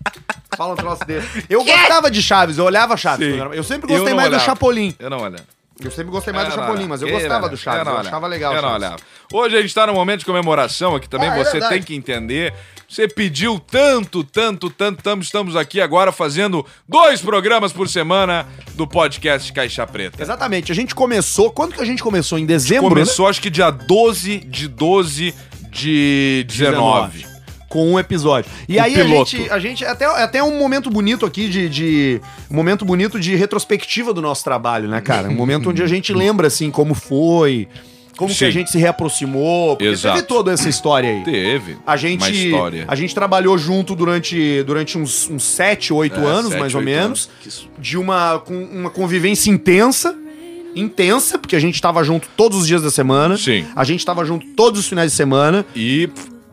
Fala um troço desse. Eu gostava de Chaves, eu olhava Chaves.
Sim.
quando era- Eu sempre
Eu
gostei
não
mais do
olhava.
Chapolin.
Eu não olha.
Eu sempre gostei mais do
não
Chapolin,
olhava.
mas eu
não
gostava
olhava.
do Chaves, eu,
não olhava.
achava legal.
Eu não
Chaves.
olhava. Hoje a gente tá num momento de comemoração aqui também,
Ah, é
você
verdade.
tem que entender. Você pediu tanto, tanto, tanto. Tamo, estamos aqui agora fazendo dois programas por semana do podcast Caixa Preta.
Exatamente, a gente começou. Quando que a gente começou? Em dezembro? né?
Começou acho que dia 12 de 12 de 19.
com um episódio. E
O
aí
piloto.
a gente, a gente até, até um momento bonito aqui de, de um momento bonito de retrospectiva do nosso trabalho, né, cara? Um momento onde a gente lembra assim como foi, como que
Sim.
a gente se reaproximou, porque
Exato.
teve toda essa história aí.
Teve.
A gente,
Uma história.
a gente trabalhou junto durante, durante uns, uns 7, 8
É,
anos,
sete,
mais ou
oito
menos.
anos. Que isso.
De uma, com uma convivência intensa. Intensa, porque a gente tava junto todos os dias da semana.
Sim.
A gente tava junto todos os finais de semana.
E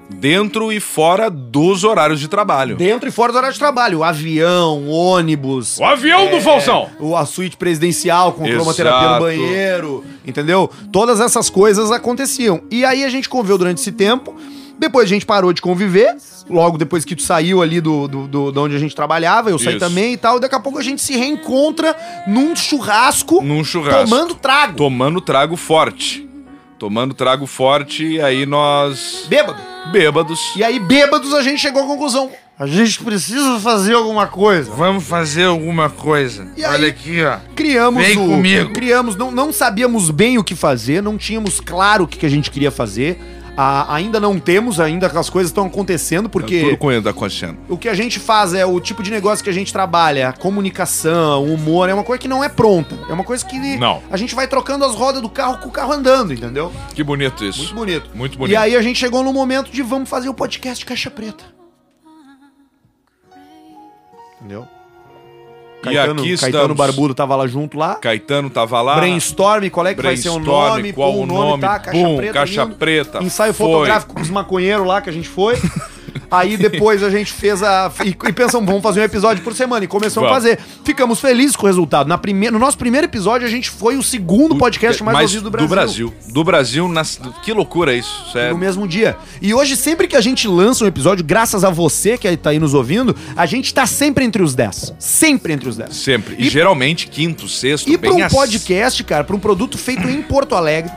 dentro e fora dos horários de trabalho.
Dentro e fora do horário de trabalho. Avião, ônibus,
avião do Falsão!
o, a suíte presidencial com
Exato.
cromaterapia no banheiro, entendeu? Todas essas coisas aconteciam. E aí a gente conviveu durante esse tempo. Depois a gente parou de conviver. Logo depois que tu saiu ali do, do, do- de onde a gente trabalhava, eu saí
Isso.
também e tal. Daqui a pouco a gente se reencontra num churrasco,
Num churrasco.
tomando trago.
Tomando trago forte. Tomando trago forte, e aí nós.
Bêbado.
Bêbados.
E aí, bêbados, a gente chegou à conclusão. A gente precisa fazer alguma coisa.
Vamos fazer alguma coisa.
E aí-
aqui, ó.
Criamos
Vem
o-
comigo.
Criamos, não, não sabíamos bem o que fazer, não tínhamos claro o que, que a gente queria fazer. Ah, ainda não temos, ainda as coisas estão acontecendo, porque.
Tudo com ele tá acontecendo.
O que a gente faz é o tipo de negócio que a gente trabalha, comunicação, humor, é uma coisa que não é pronta. É uma coisa que
Não.
a gente vai trocando as rodas do carro com o carro andando, entendeu?
Que bonito isso.
Muito bonito.
Muito
E
bonito.
aí a gente chegou no momento de vamos fazer o podcast Caixa Preta. Entendeu?
E
Caetano,
aqui estamos.
Caetano Barbudo tava lá junto lá.
Caetano tava lá.
Brainstorm, qual é que vai ser o
Ah, Brainstorm,
nome,
qual
pum,
o nome,
caixa
bum,
preta,
caixa
lindo.
preta,
ensaio
foi.
fotográfico com os maconheiros lá que a gente foi. Aí depois a gente fez a. E, e pensamos, vamos fazer um episódio por semana. E começamos
Vamos.
a fazer. Ficamos felizes com o resultado. Na primeira, no nosso primeiro episódio, a gente foi o segundo podcast mais
Mas
ouvido do
Do
Brasil.
Brasil. Do Brasil, nas- que loucura isso. isso é-
No mesmo dia. E hoje, sempre que a gente lança um episódio, graças a você que aí tá aí nos ouvindo, a gente tá sempre entre os 10. Sempre entre os 10.
Sempre. E,
E-
geralmente quinto, sexto,
E para um
ass-
podcast, cara, para um produto feito em Porto Alegre,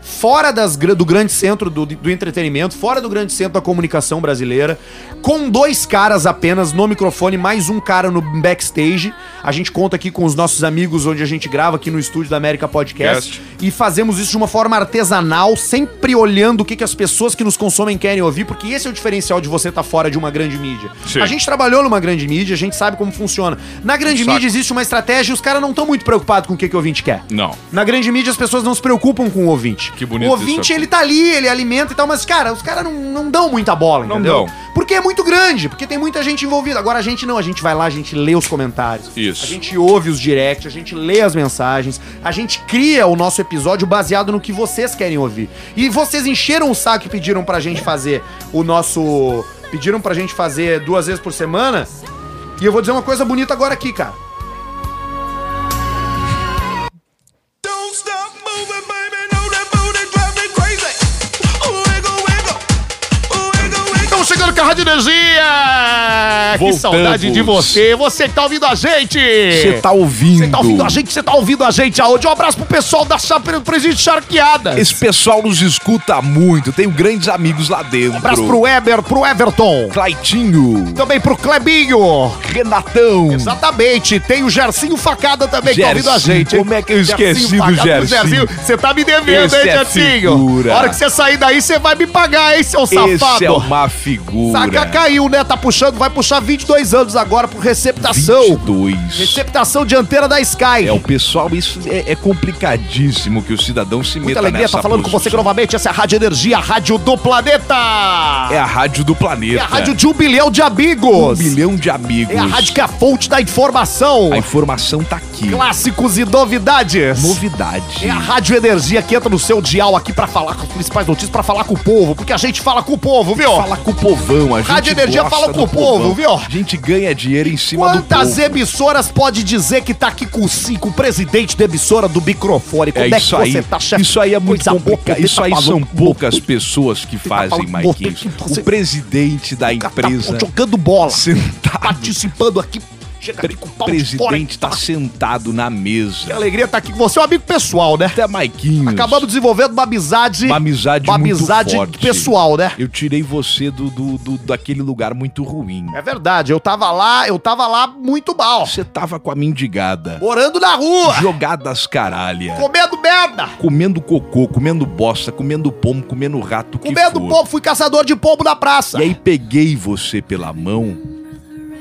fora das, gra- do grande centro do, do entretenimento, fora do grande centro da comunicação brasileira, com dois caras apenas no microfone, mais um cara no backstage. A gente conta aqui com os nossos amigos, onde a gente grava aqui no estúdio da América Podcast. E fazemos isso de uma forma artesanal, sempre olhando o que, que as pessoas que nos consomem querem ouvir, porque esse é o diferencial de você estar fora de uma grande mídia.
Sim.
A gente trabalhou numa grande mídia, a gente sabe como funciona. Na grande
Saco.
mídia existe uma estratégia e os caras não estão muito preocupados com o que, que o ouvinte quer.
Não.
Na grande mídia as pessoas não se preocupam com o ouvinte.
Que bonito
O ouvinte,
isso,
ele tá ali, ele alimenta e tal, mas, cara, os caras não, não dão muita bola,
Não
entendeu?
dão.
Porque é muito grande, porque tem muita gente envolvida. Agora a gente não, a gente vai lá, a gente lê os comentários.
Isso.
A gente ouve os directs, a gente lê as mensagens, a gente cria o nosso episódio baseado no que vocês querem ouvir. E vocês encheram o saco e pediram pra gente fazer o nosso. Pediram pra gente fazer duas vezes por semana. E eu vou dizer uma coisa bonita agora aqui, cara.
Don't stop moving, baby. Know that booty drive me crazy. Ooh, wiggle, wiggle. Ooh, wiggle, wiggle.
Estamos chegando com a Rádio Energia! Que
Voltamos.
saudade de você! Você que tá ouvindo a gente! Você
tá ouvindo.
tá ouvindo a gente, você tá ouvindo a gente aonde? Um abraço pro pessoal da Chapéu do Presídio Charqueada! Um
Esse pessoal nos escuta muito, tenho grandes amigos lá dentro.
Um abraço pro Eber, pro Everton!
Claitinho,
Também pro Clebinho!
Renatão.
Exatamente! Tem o Gercinho Facada também que tá ouvindo a
Gercinho,
gente!
como é que eu esqueci do
Facada,
Gercinho?
Você tá me devendo,
Esse
hein,
é
Gercinho?
figura.
A hora que você sair daí, você vai me pagar, hein, seu safado!
Esse é uma figura.
Saca caiu, né? Tá puxando, vai puxar 22 anos agora por receptação.
22.
Receptação dianteira da Sky.
É, o pessoal, isso é, é complicadíssimo que o cidadão se meta
Muita alegria,
nessa
tá falando com você que
posição.
novamente. Essa é a Rádio Energia, a Rádio do Planeta.
É a rádio do
É
planeta.
a rádio de um bilhão de
um
amigos.
bilhão de amigos.
É a rádio que é a fonte da informação.
A informação tá aqui.
Clássicos e novidades.
Novidade.
É a Rádio Energia que entra no seu dial aqui pra falar com as principais notícias, pra falar com o povo, porque a gente fala com o povo, viu?
Fala com o povão, a gente
Rádio Energia
gosta
fala com
do
o povo,
povão.
viu?
A gente ganha dinheiro em cima do
Quantas
povo.
emissoras pode dizer que tá aqui com cinco, o presidente da emissora do microfone? Como
É
é, que
isso
você
aí.
tá, chefe?
Isso aí é muito
Coisa boa
complicado.
poder
Isso
tá
aí
falando
são
com
poucas pessoas que fazem,
falando-
Marquinhos.
Você- você-
O presidente da
o cara tá
empresa
jogando bola,
sentado.
participando aqui. Chega aqui com o
O
pau de fora.
presidente tá sentado na
Que
mesa.
alegria tá aqui com você, é um amigo pessoal, né?
Até Marquinhos.
Acabamos desenvolvendo uma amizade.
uma amizade
uma
muito
amizade
forte.
pessoal, né?
Eu tirei você do, do, do- daquele lugar muito ruim.
É verdade, eu tava lá, eu tava lá muito mal.
Você tava com a mendigada,
Morando na rua,
jogadas caralha,
comendo merda.
comendo cocô, comendo bosta, comendo pombo, comendo rato, o que
Comendo
for.
pombo, fui caçador de pombo na praça.
E aí peguei você pela mão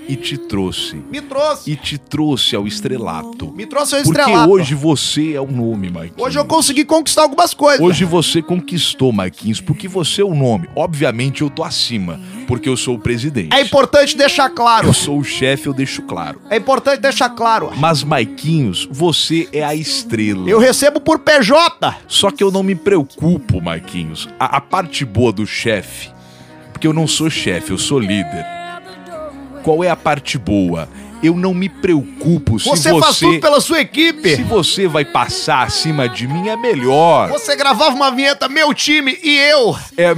e te trouxe.
Me trouxe,
E te trouxe ao estrelato.
me trouxe o
Porque
estrelado.
hoje você é o nome, Marquinhos.
Hoje eu consegui conquistar algumas coisas.
Hoje você conquistou, Marquinhos, porque você é o nome. Obviamente eu tô acima, porque eu sou o presidente.
É importante deixar claro.
Eu sou o chefe, eu deixo claro.
É importante deixar claro.
Mas, Marquinhos, você é a estrela.
Eu recebo por PJ.
Só que eu não me preocupo, Marquinhos. A, a parte boa do chefe, porque eu não sou chefe, eu sou líder. Qual é a parte boa? Eu não me preocupo se
Você,
você.
faz tudo pela sua
Se
equipe.
você vai passar acima de mim, é melhor.
Você gravava uma vinheta, meu time e eu.
É,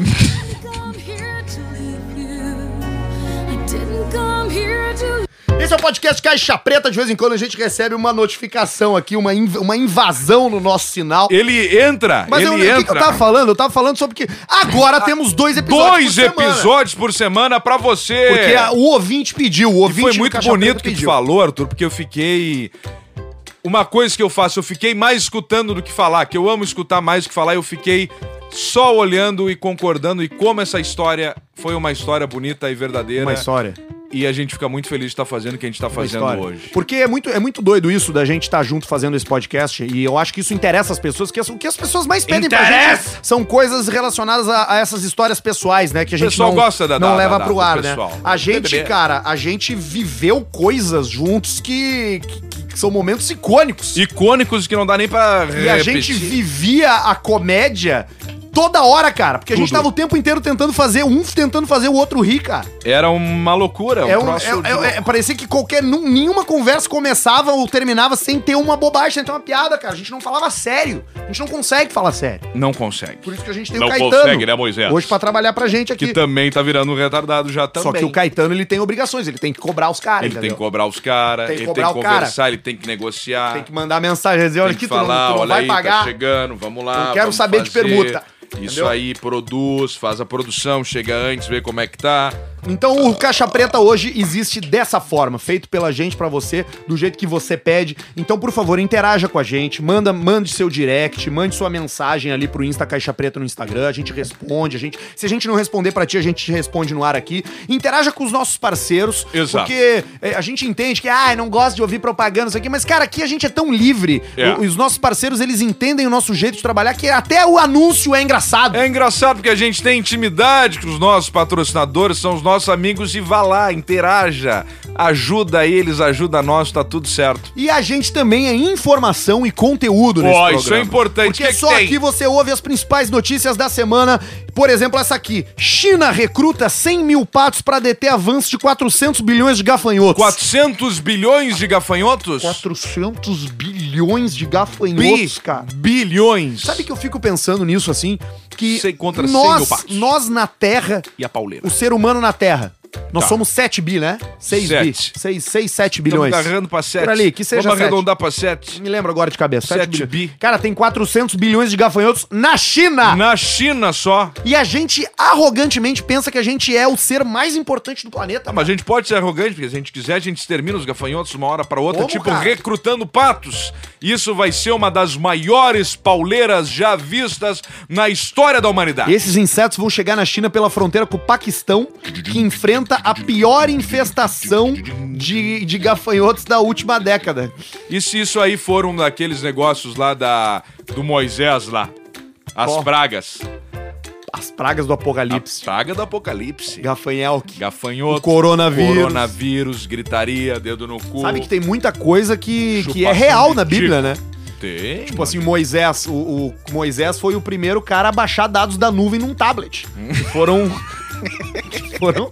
Didn't come here to
Esse é o podcast Caixa Preta. De vez em quando a gente recebe uma notificação aqui, uma, inv- uma invasão no nosso sinal.
Ele entra,
Mas eu,
ele
o que, que eu
entra.
tava falando? Eu tava falando sobre que agora temos dois episódios.
Dois
por semana.
episódios por semana pra você.
Porque a- o ouvinte pediu. O
E
ouvinte
foi
do
muito
Caixa
bonito
Preta
o que tu
pediu.
falou, Arthur, porque eu fiquei. Uma coisa que eu faço, eu fiquei mais escutando do que falar, que eu amo escutar mais do que falar, eu fiquei só olhando e concordando e como essa história foi uma história bonita e verdadeira.
Uma história.
E a gente fica muito feliz de estar fazendo o que a gente está
uma
né? fazendo
história.
hoje.
Porque é muito, é muito doido isso da gente estar junto fazendo esse podcast. E eu acho que isso interessa as pessoas, que as- o que as pessoas mais pedem pra gente é
Interessa!
são coisas relacionadas a, a essas histórias pessoais, né? Que a gente
pessoal
não,
gosta da-
não
da-
leva
da-
pro
do
ar,
pessoal.
né? A gente,
BBB.
cara, a gente viveu coisas juntos que, que- que são momentos icônicos. E,
Icônicos que não dá nem pra.
a
repetir.
gente vivia a comédia toda hora, cara. Porque a gente
Tudo.
tava o tempo inteiro tentando fazer um, tentando fazer o outro rir, cara.
Era uma loucura.
É um-
troço
é-
de
é-
louco.
é- parecia que qualquer nu- nenhuma conversa começava ou terminava sem ter uma bobagem, sem ter uma piada, cara. A gente não falava sério. A gente não consegue falar sério.
Não consegue.
Por isso que a gente tem
Não
o Caetano.
consegue, né, Moisés?
Hoje pra trabalhar pra gente
Que
aqui.
também tá virando um retardado já também.
Só que o Caetano ele tem obrigações, ele tem que cobrar os caras,
Ele tem que
entendeu?
cobrar os caras,
Tem que
ele
cobrar
tem que
o cara.
conversar, ele tem que negociar.
Tem que mandar mensagem, dizer, olha
Tem
aqui,
que
tu não,
falar,
tu não
olha
vai
aí,
pagar.
tá chegando, vamos lá.
Eu quero
vamos
saber de permuta,
Isso
entendeu?
aí, produz, faz a produção, chega antes, vê como é que tá.
Então o Caixa Preta hoje existe dessa forma, feito pela gente pra você, do jeito que você pede. Então, por favor, interaja com a gente, manda, mande seu direct, mande sua mensagem ali pro Insta Caixa Preta no Instagram, a gente responde, a gente, se a gente não responder pra ti, a gente te responde no ar aqui. Interaja com os nossos parceiros,
Exato.
porque é, a gente entende que ah, não gosto de ouvir propaganda isso aqui, mas cara, aqui a gente é tão livre.
É.
O- os nossos parceiros, eles entendem o nosso jeito de trabalhar que até o anúncio é engraçado.
É engraçado porque a gente tem intimidade com os nossos patrocinadores, são os nossos amigos e vá lá, interaja, ajuda eles, ajuda nós, tá tudo certo.
E a gente também é informação e conteúdo nesse
Ó,
programa.
isso é importante.
Porque
Que que
só
tem?
aqui você ouve as principais notícias da semana. Por exemplo, essa aqui. China recruta 100 mil patos para deter avanço de 400 bilhões de gafanhotos.
400 bilhões de gafanhotos?
400 bilhões de gafanhotos,
Bi-
cara.
Bilhões.
Sabe que eu fico pensando nisso assim? Que
Você encontra 100 mil
nós,
patos.
nós na Terra,
E a pauleira.
o ser humano na Terra, nós
Tá.
somos 7 bi, né? 6 bi.
Sete.
6, 6 7 bilhões.
Estamos agarrando pra 7.
Por ali, que seja
Vamos
sete.
arredondar pra 7.
Me lembro agora de cabeça. sete
Sete
bilhões.
bi.
Cara, tem 400 bilhões de gafanhotos na China!
Na China só.
E a gente arrogantemente pensa que a gente é o ser mais importante do planeta.
Ah, mas a gente pode ser arrogante, porque se a gente quiser, a gente extermina os gafanhotos uma hora pra outra,
Como,
tipo
cara?
recrutando patos. Isso vai ser uma das maiores pauleiras já vistas na história da humanidade.
Esses insetos vão chegar na China pela fronteira com o Paquistão, que enfrenta a pior infestação de, de gafanhotos da última década.
E se isso aí for um daqueles negócios lá da do Moisés lá? As
Qual?
pragas.
As pragas do
A
apocalipse.
praga do apocalipse.
Gafanhel.
Gafanhoto.
O coronavírus.
Coronavírus, gritaria, dedo no cu.
Sabe que tem muita coisa que, que é
Chupa
real
de tipo.
na Bíblia,
tico.
né?
tem.
Tipo assim, Moisés, o, o Moisés foi o primeiro cara a baixar dados da nuvem num tablet. Que foram. que foram.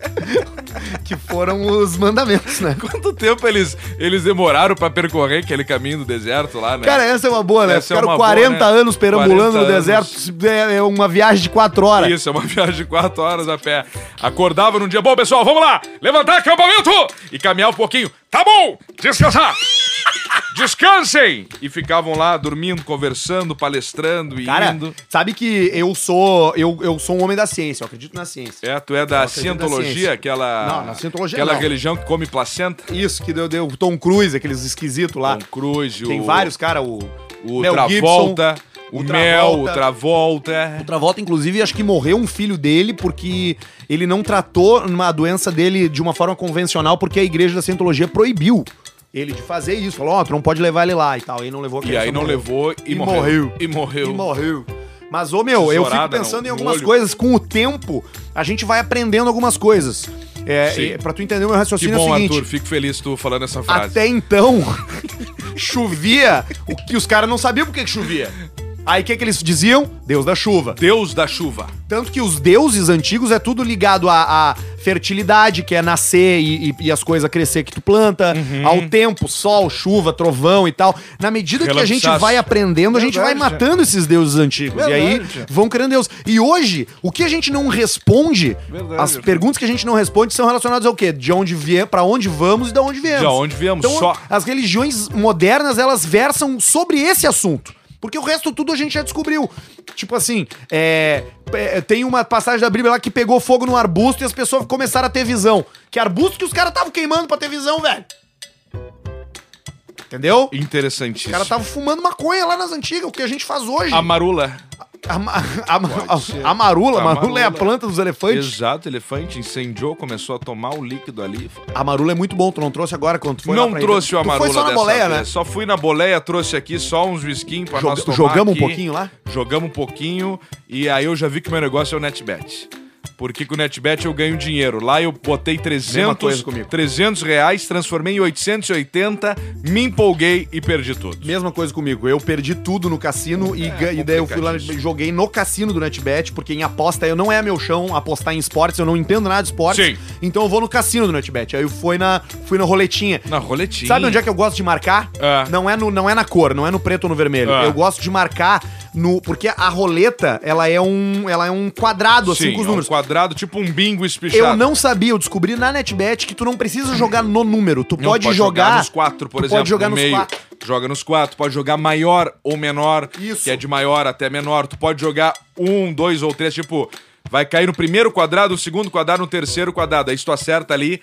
Que foram os mandamentos, né?
Quanto tempo eles, eles demoraram pra percorrer aquele caminho do deserto lá, né?
Cara, essa é uma boa, né?
Essa é
Ficaram
uma boa,
40
né?
anos perambulando
40
no deserto, é é uma viagem de 4 horas.
Isso, é uma viagem de quatro horas a pé. Acordava num dia, bom, pessoal, vamos lá! Levantar acampamento! E caminhar um pouquinho. Tá bom! Descansar! Descansem! E ficavam lá dormindo, conversando, palestrando e
Cara,
indo.
sabe que eu sou eu, eu sou um homem da ciência, eu acredito na ciência.
É, tu é da
acredito na
cientologia,
ciência.
aquela.
Não, na cientologia
Aquela
não.
religião que come placenta.
Isso que deu, deu o Tom Cruise, aqueles esquisitos lá.
Tom Cruise, o.
Ah, Tem vários, cara, o
O
Mel
Travolta, o,
o
Mel, o
Travolta.
Travolta.
Travolta, inclusive, acho que morreu um filho dele porque ele não tratou uma doença dele de uma forma convencional porque a igreja da Cientologia proibiu ele de fazer isso. Falou, ó, tu não pode levar ele lá e tal. E não levou a
E
criança
aí não
morreu.
levou e,
E
morreu.
morreu.
E morreu.
E morreu. Mas, ô meu, eu fico
Tesourada
pensando
no-
em
no
algumas
olho.
coisas. Com o tempo, a gente vai aprendendo algumas coisas. É,
Sim.
e, pra tu entender o meu
Que
raciocínio é
bom,
o seguinte.
Arthur. Fico feliz tu falando essa frase.
Até então, chovia o que os caras não sabiam por que que chovia. Aí o que, que eles diziam? Deus da chuva.
Deus da chuva.
Tanto que os deuses antigos é tudo ligado a, a fertilidade, que é nascer e, e- e as coisas crescer que tu planta, ao tempo, sol, chuva, trovão e tal. Na medida que a gente
Relapsaço.
vai aprendendo, a gente vai
Verdade,
matando esses deuses antigos. E aí
Verdade.
vão criando deuses. E hoje, o que a gente não responde,
Verdade.
as perguntas que a gente não responde são relacionadas ao quê? De onde vier, para onde vamos e de onde viemos.
De onde viemos,
Então,
só.
as religiões modernas, elas versam sobre esse assunto. Porque o resto tudo a gente já descobriu. Tipo assim, é, é, tem uma passagem da Bíblia lá que pegou fogo num arbusto e as pessoas começaram a ter visão. Que arbusto que os caras estavam queimando pra ter visão, velho. Entendeu?
Interessantíssimo.
Os caras estavam fumando maconha lá nas antigas, o que a gente faz hoje.
A marula.
A, ma- a ma-
Pode ser.
a marula, a marula é a
Amarula.
planta dos elefantes.
Exato, elefante incendiou, começou a tomar o líquido ali.
A marula é muito bom, tu não trouxe agora quando tu foi lá
não
pra
trouxe
Índia?
o amarula
Tu foi só na
dessa
boleia,
vez.
né?
Só fui na boleia, trouxe aqui só uns whisky pra nós
Joga-
tomar
jogamos um
aqui.
pouquinho lá?
Jogamos um pouquinho e aí eu já vi que o meu negócio é o NetBet. Porque com o NetBet eu ganho dinheiro. Lá eu botei 300,
coisa comigo.
300 reais, transformei em 880, me empolguei e perdi tudo.
Mesma coisa comigo, eu perdi tudo no cassino
É,
e, ga- e daí eu fui lá e joguei no cassino do NetBet, porque em aposta eu não é meu chão apostar em esportes, eu não entendo nada de esportes.
Sim.
Então eu vou no cassino do NetBet. Aí eu fui na, fui na roletinha.
Na roletinha.
Sabe onde é que eu gosto de marcar?
É.
Não, é no, não é na cor, não é no preto ou no vermelho.
É.
Eu gosto de marcar no. Porque a roleta, ela é um, ela é um quadrado, assim,
Sim,
com os
é um
números.
quadrado, tipo um bingo espichado.
Eu não sabia, eu descobri na NetBet que tu não precisa jogar no número, tu
Não,
pode, jogar,
um nos quatro, por
tu
exemplo.
Pode jogar
no
nos
meio.
quatro.
Joga nos quatro, pode jogar maior ou menor,
Isso.
que é de maior até menor. Tu pode jogar um, dois ou três, tipo, vai cair no primeiro quadrado, no segundo quadrado, no terceiro quadrado. Aí se tu acerta ali,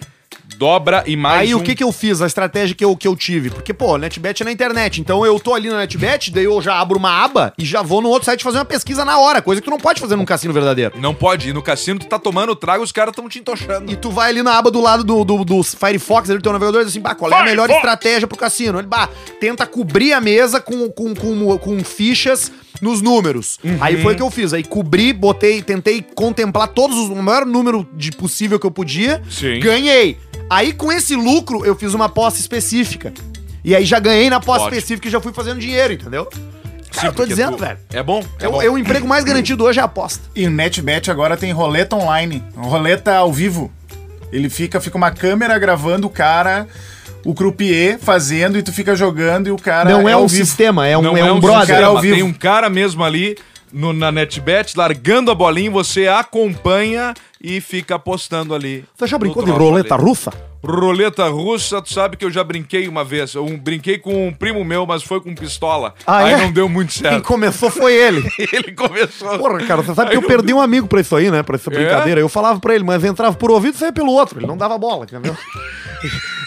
dobra e mais
Aí
um.
o que que eu fiz, a estratégia que eu, que eu tive? Porque, pô, NetBet é na internet, então eu tô ali na NetBet, daí eu já abro uma aba e já vou no outro site fazer uma pesquisa na hora, coisa que tu não pode fazer num cassino verdadeiro.
Não pode ir no cassino, tu tá tomando trago, os caras tão te entochando.
E tu vai ali na aba do lado do, do, do Firefox, ali do teu navegador, e diz assim, bah, qual é a melhor
Firefox!
estratégia pro cassino? Ele, bah, tenta cobrir a mesa com, com, com, com fichas nos números. Aí foi o que eu fiz, aí cobri, botei, tentei contemplar todos os, o maior número de possível que eu podia,
Sim.
ganhei. Aí com esse lucro, eu fiz uma aposta específica. E aí já ganhei na aposta
Ótimo.
específica e já fui fazendo dinheiro, entendeu? Cara, eu tô
porque
dizendo,
tu-
velho.
É bom? É
É o-
bom.
é o emprego mais garantido hoje é a aposta.
E o NetBet agora tem roleta online, roleta ao vivo. Ele fica, fica uma câmera gravando o cara, o croupier fazendo e tu fica jogando e o cara ao vivo.
sistema, é
Não
cara ao
Tem
vivo.
um cara mesmo ali no, na NetBet, largando a bolinha, você acompanha e fica apostando ali.
Você já
no
brincou de
troço
roleta
ali.
russa?
Roleta russa, tu sabe que eu já brinquei uma vez. Eu brinquei com um primo meu, mas foi com pistola.
Ah,
aí
é?
não deu muito
Quem
certo.
começou foi ele.
Ele começou.
Porra, cara, você sabe que eu perdi um amigo pra isso aí, né? Pra essa
É?
brincadeira. Eu falava pra ele, mas entrava por ouvido e saía pelo outro. Ele não dava bola, entendeu?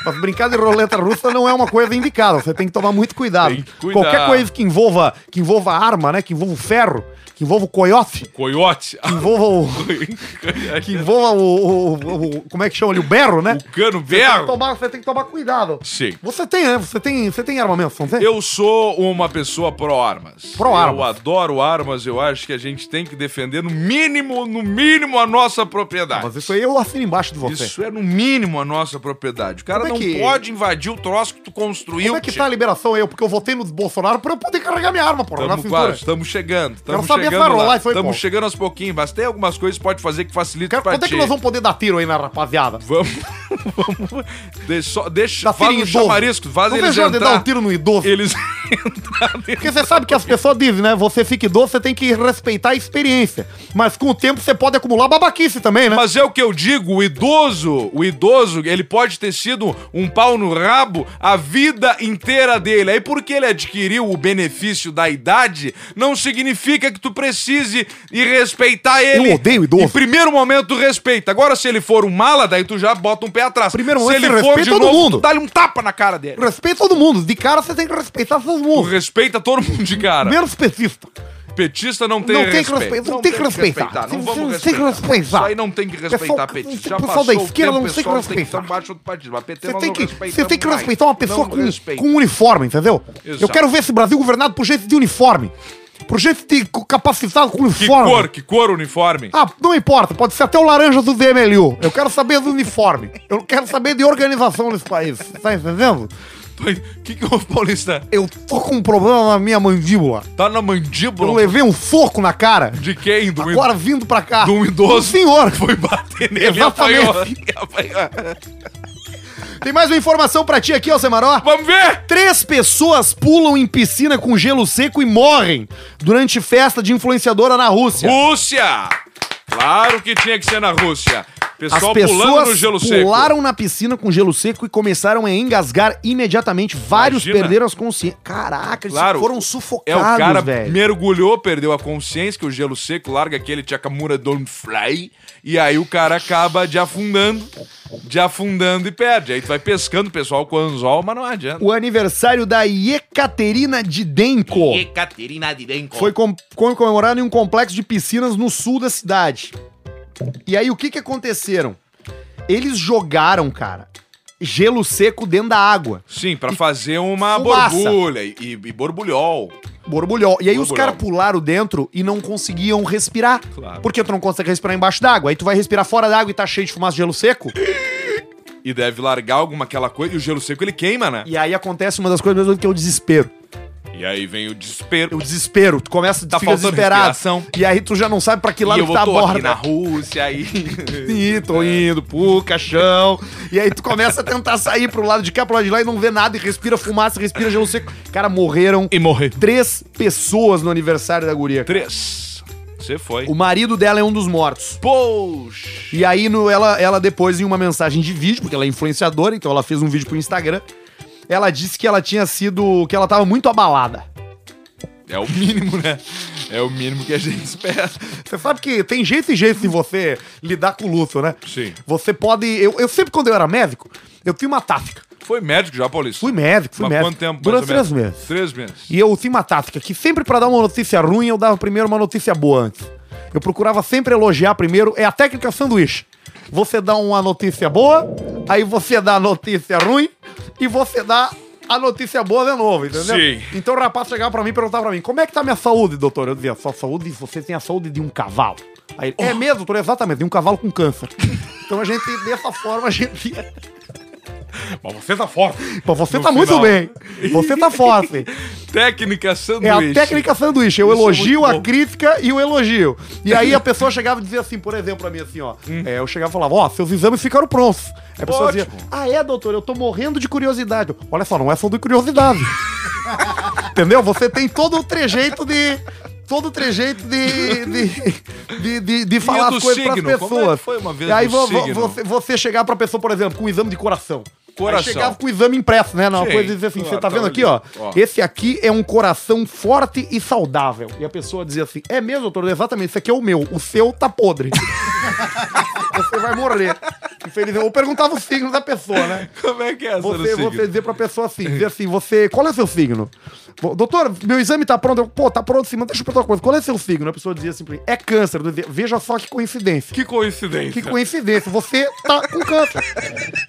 Mas brincar de roleta russa não é uma coisa indicada. Você tem que tomar muito cuidado.
Tem que cuidar.
Qualquer coisa que envolva, que envolva arma, né? Que envolva o ferro, que envolva o coiote,
Coiote.
que envolva o. que envolva o, o- o- o- Como é que chama ali? O berro, né?
O cano
Tem que
berro.
tomar- Você tem que tomar cuidado.
Sim.
Você tem, né? Você tem, você tem armamento, não tem?
Eu sou uma pessoa pró-armas.
Pró-armas.
Eu adoro armas, eu acho que a gente tem que defender no mínimo, no mínimo, a nossa propriedade.
Mas isso aí eu assino embaixo de você.
Isso é no mínimo a nossa propriedade. O cara
Como é
não
que-
pode invadir o troço que tu construiu.
Como é que
tchê.
tá a liberação aí? Porque eu votei no Bolsonaro pra eu poder carregar minha arma, porra, na
Tamo
cintura.
quase, estamos chegando. Estamos
saber
chegando
farolar
lá.
e foi
Tamo
bom.
chegando aos pouquinhos, mas tem algumas coisas que pode fazer que facilita
Cara,
pra
quando é
ti.
que nós vamos poder dar tiro aí na rapaziada?
Vamos, vamos. Deixa, só- deixa
Dar tiro
faz
em
um
idoso.
chamarisco, faz
Não
eles
vejo a de dar
entrar.
um tiro no idoso.
Eles entrar dentro.
Porque você sabe que as pessoas dizem, né? Você fica idoso, você tem que respeitar a experiência. Mas com o tempo você pode acumular babaquice também, né?
Mas é o que eu digo, o idoso, o idoso, ele pode ter sido um pau no rabo a vida inteira dele. Aí porque ele adquiriu o benefício da idade, não significa que tu precise e respeitar ele.
Eu odeio idoso.
Em primeiro momento tu respeita. Agora se ele for um mala, daí tu já bota um pé atrás.
Primeiro
se
momento,
ele
você
for de
respeita todo
novo,
mundo.
tu dá-lhe um tapa na cara dele.
Respeita todo mundo. De cara você tem que respeitar seus
Tu
mundos.
respeita todo mundo de cara.
Menos petista.
Petista não tem
Não tem que
respeito.
respeitar. Não tem que respeitar.
Não
Tem
vamos
que
respeitar. Isso
respeitar.
aí não tem que respeitar,
Pessoal-
petista.
o
Já
pessoal
passou
da
o
esquerda
tempo,
não tem que
pessoal tem
respeitar.
estar embaixo do partido. Mas PT
Você
nós
tem,
não
que, você
respeitamos
tem que
mais.
respeitar uma pessoa
Não
com,
respeita.
com um uniforme, entendeu?
Exato.
Eu quero ver esse Brasil governado por gente de uniforme. Por gente de co- capacitado com
Que
uniforme.
cor, que cor o uniforme?
Ah, não importa, pode ser até o laranja do DMLU. Eu quero saber do uniforme. Eu quero saber de organização nesse país. Tá entendendo?
O que, que houve, Paulista?
Eu tô com um problema na minha mandíbula.
Tá na
Eu
mandíbula
levei um foco na cara.
de quem? Do
Agora vindo pra cá.
de um idoso.
Um senhor.
Foi bater nele e
Exatamente.
apanhou. E apanhou.
Tem mais uma informação pra ti aqui, ó, Semaró.
Vamos ver!
Três pessoas pulam em piscina com gelo seco e morrem durante festa de influenciadora na Rússia.
Rússia! Claro que tinha que ser na Rússia.
As
Pessoal pulando no
pessoas
gelo seco.
pularam na piscina com gelo seco e começaram a engasgar imediatamente. Vários
Imagina.
perderam as consciências. Caraca, eles
Claro.
foram
É,
sufocados,
o cara
velho.
mergulhou, perdeu a consciência, que o gelo seco larga aquele Chakamura Don't Fly, e aí o cara acaba de afundando, de afundando e perde. Aí tu vai pescando o pessoal com anzol, mas não adianta.
O aniversário da Yekaterina Didenko
Ekaterina Didenko.
foi com- com- comemorado em um complexo de piscinas no sul da cidade. E aí, o que que aconteceram? Eles jogaram, cara, gelo seco dentro da água.
Sim, pra fazer uma
Fumaça.
borbulha e, e, e borbulhol.
Borbulhol. E aí os
Borbulhol.
caras pularam dentro e não conseguiam respirar.
Claro.
Porque tu não consegue respirar embaixo d'água. Aí tu vai respirar fora d'água e tá cheio de fumaça de gelo seco.
E deve largar alguma aquela coisa, e o gelo seco ele queima, né?
E aí acontece uma das coisas mesmo que é o desespero. É
E aí vem o desespero.
O desespero. Tu começa a
Tá
fica
faltando
desesperado.
respiração.
E aí tu já não sabe pra que
e
lado
eu
que
vou
tá a
tô aqui
borda.
na É. Rússia aí.
Ih, tô indo, puca, chão. E aí tu começa a tentar sair pro lado de cá, pro lado de lá e não vê nada. E respira fumaça, respira gelo seco. Cara, morreram
e morrer.
três pessoas no aniversário da guria.
Três. Você foi.
O marido dela é um dos mortos.
Poxa.
E aí no, ela, ela depois, em uma mensagem de vídeo, porque ela é influenciadora, então ela fez um vídeo pro Instagram. Ela disse que ela tinha sido. que ela tava muito abalada.
É o mínimo, né? É o mínimo que a gente espera.
Você sabe que tem jeito e jeito de você lidar com o luto, né?
Sim.
Você pode. Eu, eu sempre, quando eu era médico, eu tinha uma tática.
Foi médico já, Paulista?
Fui médico, fui
Mas
médico.
quanto tempo? mais
Durante
ou
três
menos?
meses.
Três meses.
E eu tinha uma tática que sempre pra dar uma notícia ruim, eu dava primeiro uma notícia boa antes. Eu procurava sempre elogiar primeiro. É a técnica sanduíche. Você dá uma notícia boa, aí você dá a notícia ruim e você dá a notícia boa de novo, entendeu?
Sim.
Então o rapaz chegava pra mim e perguntava pra mim, como é que tá minha saúde, doutor? Eu dizia, sua saúde, você tem a saúde de um cavalo. Aí ele, é mesmo, doutor? Exatamente, de um cavalo com câncer. então a gente, dessa forma, a gente ia
Mas você tá forte.
Pô, você
No
tá muito
final.
bem. Você tá forte.
Técnica
É
sanduíche.
a técnica sanduíche. Eu
Isso é
elogio,
muito
a
bom.
crítica e o elogio. E aí a pessoa chegava e dizia assim, por exemplo, pra mim assim, ó.
Hum.
é, eu chegava e falava, ó, seus exames ficaram prontos. Aí a pessoa
Ótimo.
dizia, ah, é, doutor, eu tô morrendo de curiosidade. Eu, Olha só, não é só de curiosidade. Entendeu? Você tem todo o trejeito de. Todo o trejeito de. de, de, de, de falar
do
as coisas pras
signo? Como é
pessoas.
que foi uma vez
e aí
do
vo- vo-
signo?
você, você chegar pra pessoa, por exemplo, com um exame de coração.
Coração.
Aí chegava com o exame impresso, né? Não, uma
Sim.
coisa e dizer assim, você
Ah,
tá
tá
vendo
ali,
aqui, ó,
ó.
Esse aqui é um coração forte e saudável. E a pessoa dizia assim, é mesmo, doutor? Exatamente, esse aqui é o meu. O seu tá podre. você vai morrer. Infelizmente. Ou perguntava o signo da pessoa, né?
Como é que é essa do
Você,
signo?
você dizer pra pessoa assim, dizer assim, você, qual é o seu signo? Bom, Doutor, meu exame tá pronto. Eu, Pô, tá pronto sim, mas deixa eu perguntar uma coisa. Qual é o seu signo? A pessoa dizia assim, pra mim, é câncer. Eu dizia, Veja só que coincidência.
Que coincidência.
Que coincidência, você tá com câncer.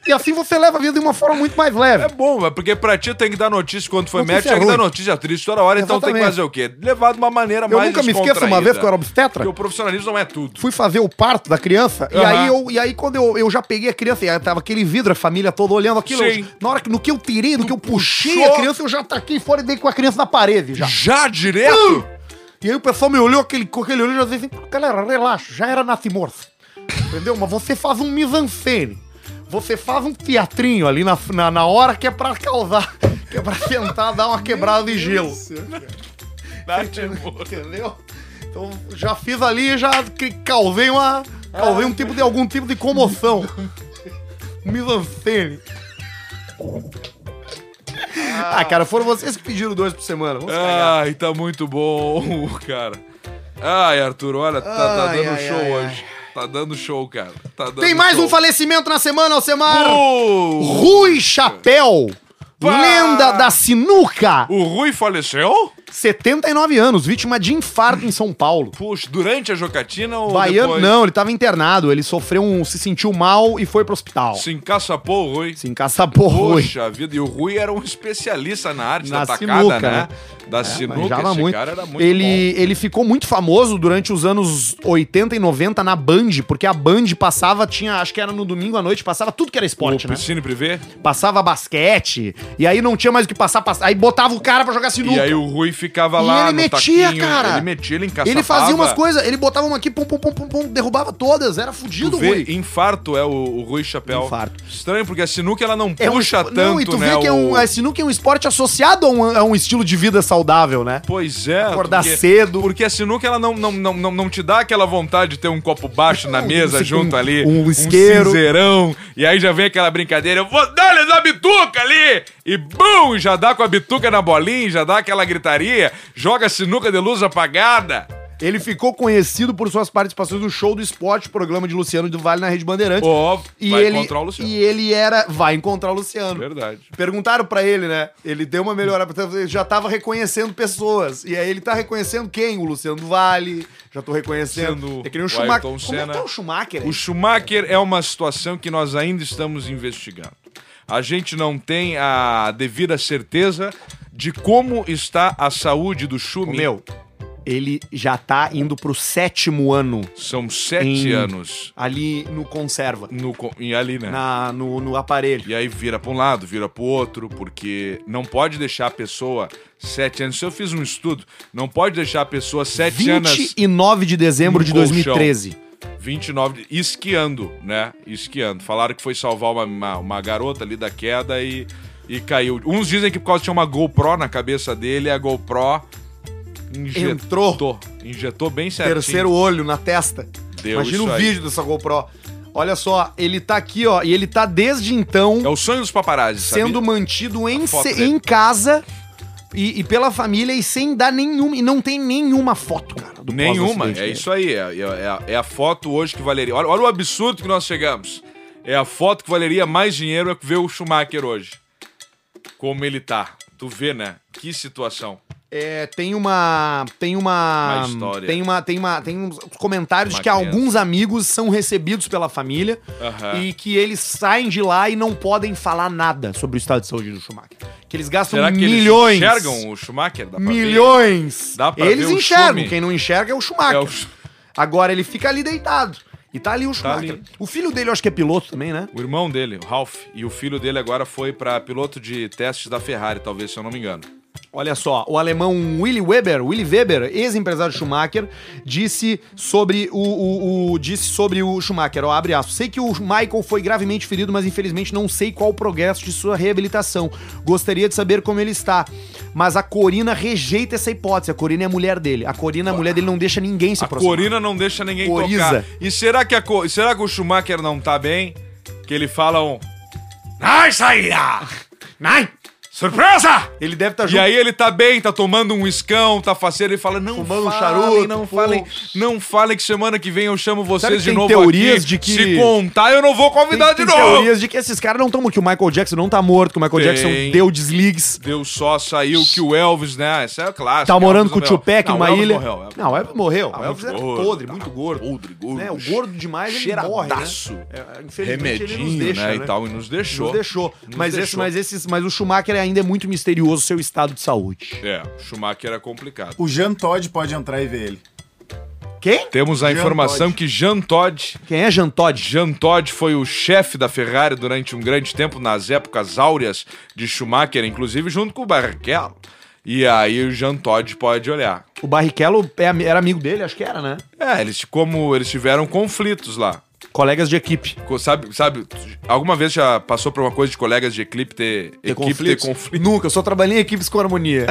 E assim você leva a vida de uma forma muito mais
É
leve.
bom, mas porque pra ti tem que dar notícia quando foi
Notícia
médico, tem que
ruim.
dar notícia triste toda hora, então tem que
Exatamente.
fazer o quê? Levar de uma maneira
Eu
mais
nunca me esqueço uma
descontraída.
vez que eu era um obstetra.
Porque o profissionalismo não é tudo.
Fui fazer o parto da criança, e,
Aham.
aí eu, e aí quando eu, eu já peguei a criança, e aí tava aquele vidro, a família toda olhando aquilo. eu-
Sim.
na hora que, no que eu tirei, no que eu puxei
puxou.
a criança, eu já taquei fora e dei com a criança na parede já.
Já
Uh!
direto?
E aí o pessoal me olhou aquele, com aquele olho e já disse assim, galera, relaxa, já era nascimorto. Entendeu? Mas você faz um mise-en-scène. Você faz um teatrinho ali na, na, na hora que é pra causar, que é pra tentar dar uma quebrada de gelo. Entendeu? Então já fiz ali, já cri- causei uma. Causei um tipo de algum tipo de comoção. Milancene. Ah, cara, foram vocês que pediram dois por semana. Vamos cagar.
Ai, tá muito bom, cara. Ai, Arthur, olha, tá, tá
Ai,
dando
ai,
show
ai,
hoje. Tá dando show, cara. Tá dando
Tem mais
show.
um falecimento na semana, Alcemar!
O...
Rui Chapéu!
Pá!
Lenda da sinuca!
o Rui faleceu?
79 anos, vítima de infarto em São Paulo.
Puxa, durante a jocatina ou
Baiano,
depois?
não, ele tava internado, ele sofreu um. se sentiu mal e foi pro hospital.
Se encaçapou o Rui.
Se encaçapou ruim.
Poxa vida, e o Rui era um especialista na arte
Na
da tacada,
sinuca,
né?
né?
Da sinuca,
Manjava
esse
muito.
cara era muito
ele, ele ficou muito famoso durante os anos 80 e 90 na Band, porque a Band passava, tinha, acho que era no domingo à noite, passava tudo que era
bom.
esporte,
O
né?
Piscine Privé.
Passava basquete, e aí não tinha mais o que passar, pass- aí botava o cara pra jogar sinuca.
E aí o Rui ficava
E
lá
ele
no
metia,
taquinho,
cara.
Ele metia, ele encaçapava.
Ele fazia umas coisas, ele botava uma aqui, pum, pum, pum, pum, pum, derrubava todas, era fudido,
Tu vê,
Rui.
infarto é o, o Rui Chapéu.
Infarto.
Estranho, porque a sinuca ela não
É um
puxa
espo-
tanto,
Não, e tu
né?
vê que é um,
o-
a sinuca é um esporte associado a um, a um estilo de vida saudável, né?
Pois é.
Acordar
porque-
cedo.
Porque a sinuca ela não, não, não, não, não te dá aquela vontade de ter um copo baixo na mesa
um-
junto ali.
um isqueiro.
Um cinzeirão. E aí já vem aquela brincadeira. Eu vou dar-lhes a bituca ali. E bum! Já dá com a bituca na bolinha, já dá aquela gritaria. Joga a sinuca de luz apagada.
Ele ficou conhecido por suas participações no show do esporte, programa de Luciano do Vale na Rede Bandeirantes.
Ó,
e
vai
ele,
encontrar o Luciano.
E ele era. Vai encontrar o Luciano.
Verdade.
Perguntaram pra ele, né? Ele deu uma melhora, ele já tava reconhecendo pessoas. E aí ele tá reconhecendo quem? O Luciano do Vale. Já tô reconhecendo.
Sendo
É que nem
o
o Schumacher.
Ayrton
Como é que
Senna.
tá o Schumacher? aí?
O Schumacher é uma situação que nós ainda estamos investigando. A gente não tem a devida certeza de como está a saúde do
O
Schumi.
meu, ele já tá indo pro sétimo ano
São sete
Em-
anos
ali no conserva,
no, co- e ali, né?
na, no, no aparelho.
E aí vira pra um lado, vira pro outro, porque não pode deixar a pessoa sete anos. Se eu fiz um estudo, não pode deixar a pessoa sete anos
29 de dezembro
no
de
colchão.
2013.
29, esquiando, né? Esquiando. Falaram que foi salvar uma, uma, uma garota ali da queda e, e caiu. Uns dizem que por causa tinha uma GoPro na cabeça dele, a GoPro injetou.
Entrou.
Injetou bem certinho.
Terceiro olho na testa.
Deu
Imagina
isso
o
aí.
vídeo dessa GoPro. Olha só, ele tá aqui, ó, e ele tá desde então
É o sonho dos paparazzi,
sendo
sabia?
mantido em,
A foto
se-
dele.
em casa e, e pela família e sem dar nenhuma. E não tem nenhuma foto, cara. do
Nenhuma.
pós-acidente
É
dele.
isso aí. É, é- é a- é a foto hoje que valeria. Olha, olha o absurdo que nós chegamos. É a foto que valeria mais dinheiro é ver o Schumacher hoje. Como ele tá. Tu vê, né? Que situação.
É, tem uma. Tem uma.
Uma história.
Tem uma. Tem uma. Tem uns comentários
Uma
de que
criança.
alguns amigos são recebidos pela família
Aham.
e que eles saem de lá e não podem falar nada sobre o estado de saúde do Schumacher. Que eles gastam
Será que
milhões.
eles enxergam o Schumacher? Dá pra ver?
milhões.
Dá pra
eles
ver o
enxergam.
Schumi.
Quem não enxerga é o Schumacher.
É o Sch-
Agora ele fica ali deitado. E tá ali o Schumacher.
ali.
O filho dele, eu acho que é piloto também, né?
O irmão dele, o Ralph, e o filho dele agora foi pra piloto de testes da Ferrari, talvez, se eu não me engano.
Olha só, o alemão Willy Weber, Willy Weber, ex-empresário Schumacher, disse sobre o, o- o- disse sobre o Schumacher, ó, abre aspas. Sei que o Michael foi gravemente ferido, mas infelizmente não sei qual o progresso de sua reabilitação. Gostaria de saber como ele está. Mas a Corina rejeita essa hipótese. A Corina é a mulher dele. A Corina, a mulher dele, não deixa ninguém se
A Corina não deixa ninguém
Coriza.
tocar. E será que, a Co- será que o Schumacher não tá bem? Que ele fala um... Ai, saída!
Ai!
Surpresa!
Ele deve estar
E aí ele tá bem, tá tomando um escão, tá faceiro, ele fala, não
Fumando um
falem,
charuto,
não
pô.
falem, não falem que semana que vem eu chamo
Sabe
vocês
que
de
tem
novo
teorias
aqui.
de que-
Se contar, eu não vou convidar
tem,
de
tem
novo.
teorias de que esses caras não estão que o Michael Jackson não tá morto, que o Michael
Tem.
Jackson deu desligues.
Deu só, saiu que o Elvis, né? Essa é a clássica.
Tá morando
Elvis
com o
não morreu.
Tupac
Não,
numa
Elvis
ilha.
Morreu, Elvis
não, o Elvis morreu.
tá
O Elvis era
muito
podre,
tá
muito gordo.
Podre, gordo.
Né? O gordo demais, ele
Cheiradaço.
morre, né? É, infelizmente, ele
Remedinho,
nos deixa,
né,
né?
E tal, e nos deixou.
Nos deixou.
Nos
mas, Esse,
deixou.
mas, esses, mas o Schumacher ainda é muito misterioso seu estado de saúde.
É, Schumacher era complicado.
O Jean Todd pode entrar e ver ele.
Quem?
Temos a
Jean
informação
Todt.
que Jean Todt...
Quem é Jean Todt?
Jean Todt foi o chefe da Ferrari durante um grande tempo, nas épocas áureas de Schumacher, inclusive junto com o Barrichello. E aí o Jean Todt pode olhar.
O Barrichello é ami- era amigo dele, acho que era, né?
É, eles, como eles tiveram conflitos lá.
Colegas de equipe.
Co- Sabe, sabe, alguma vez já passou por uma coisa de colegas de equipe ter,
Ter
equipe ter
conflitos.
conflito?
Nunca, eu só trabalhei em equipes com harmonia.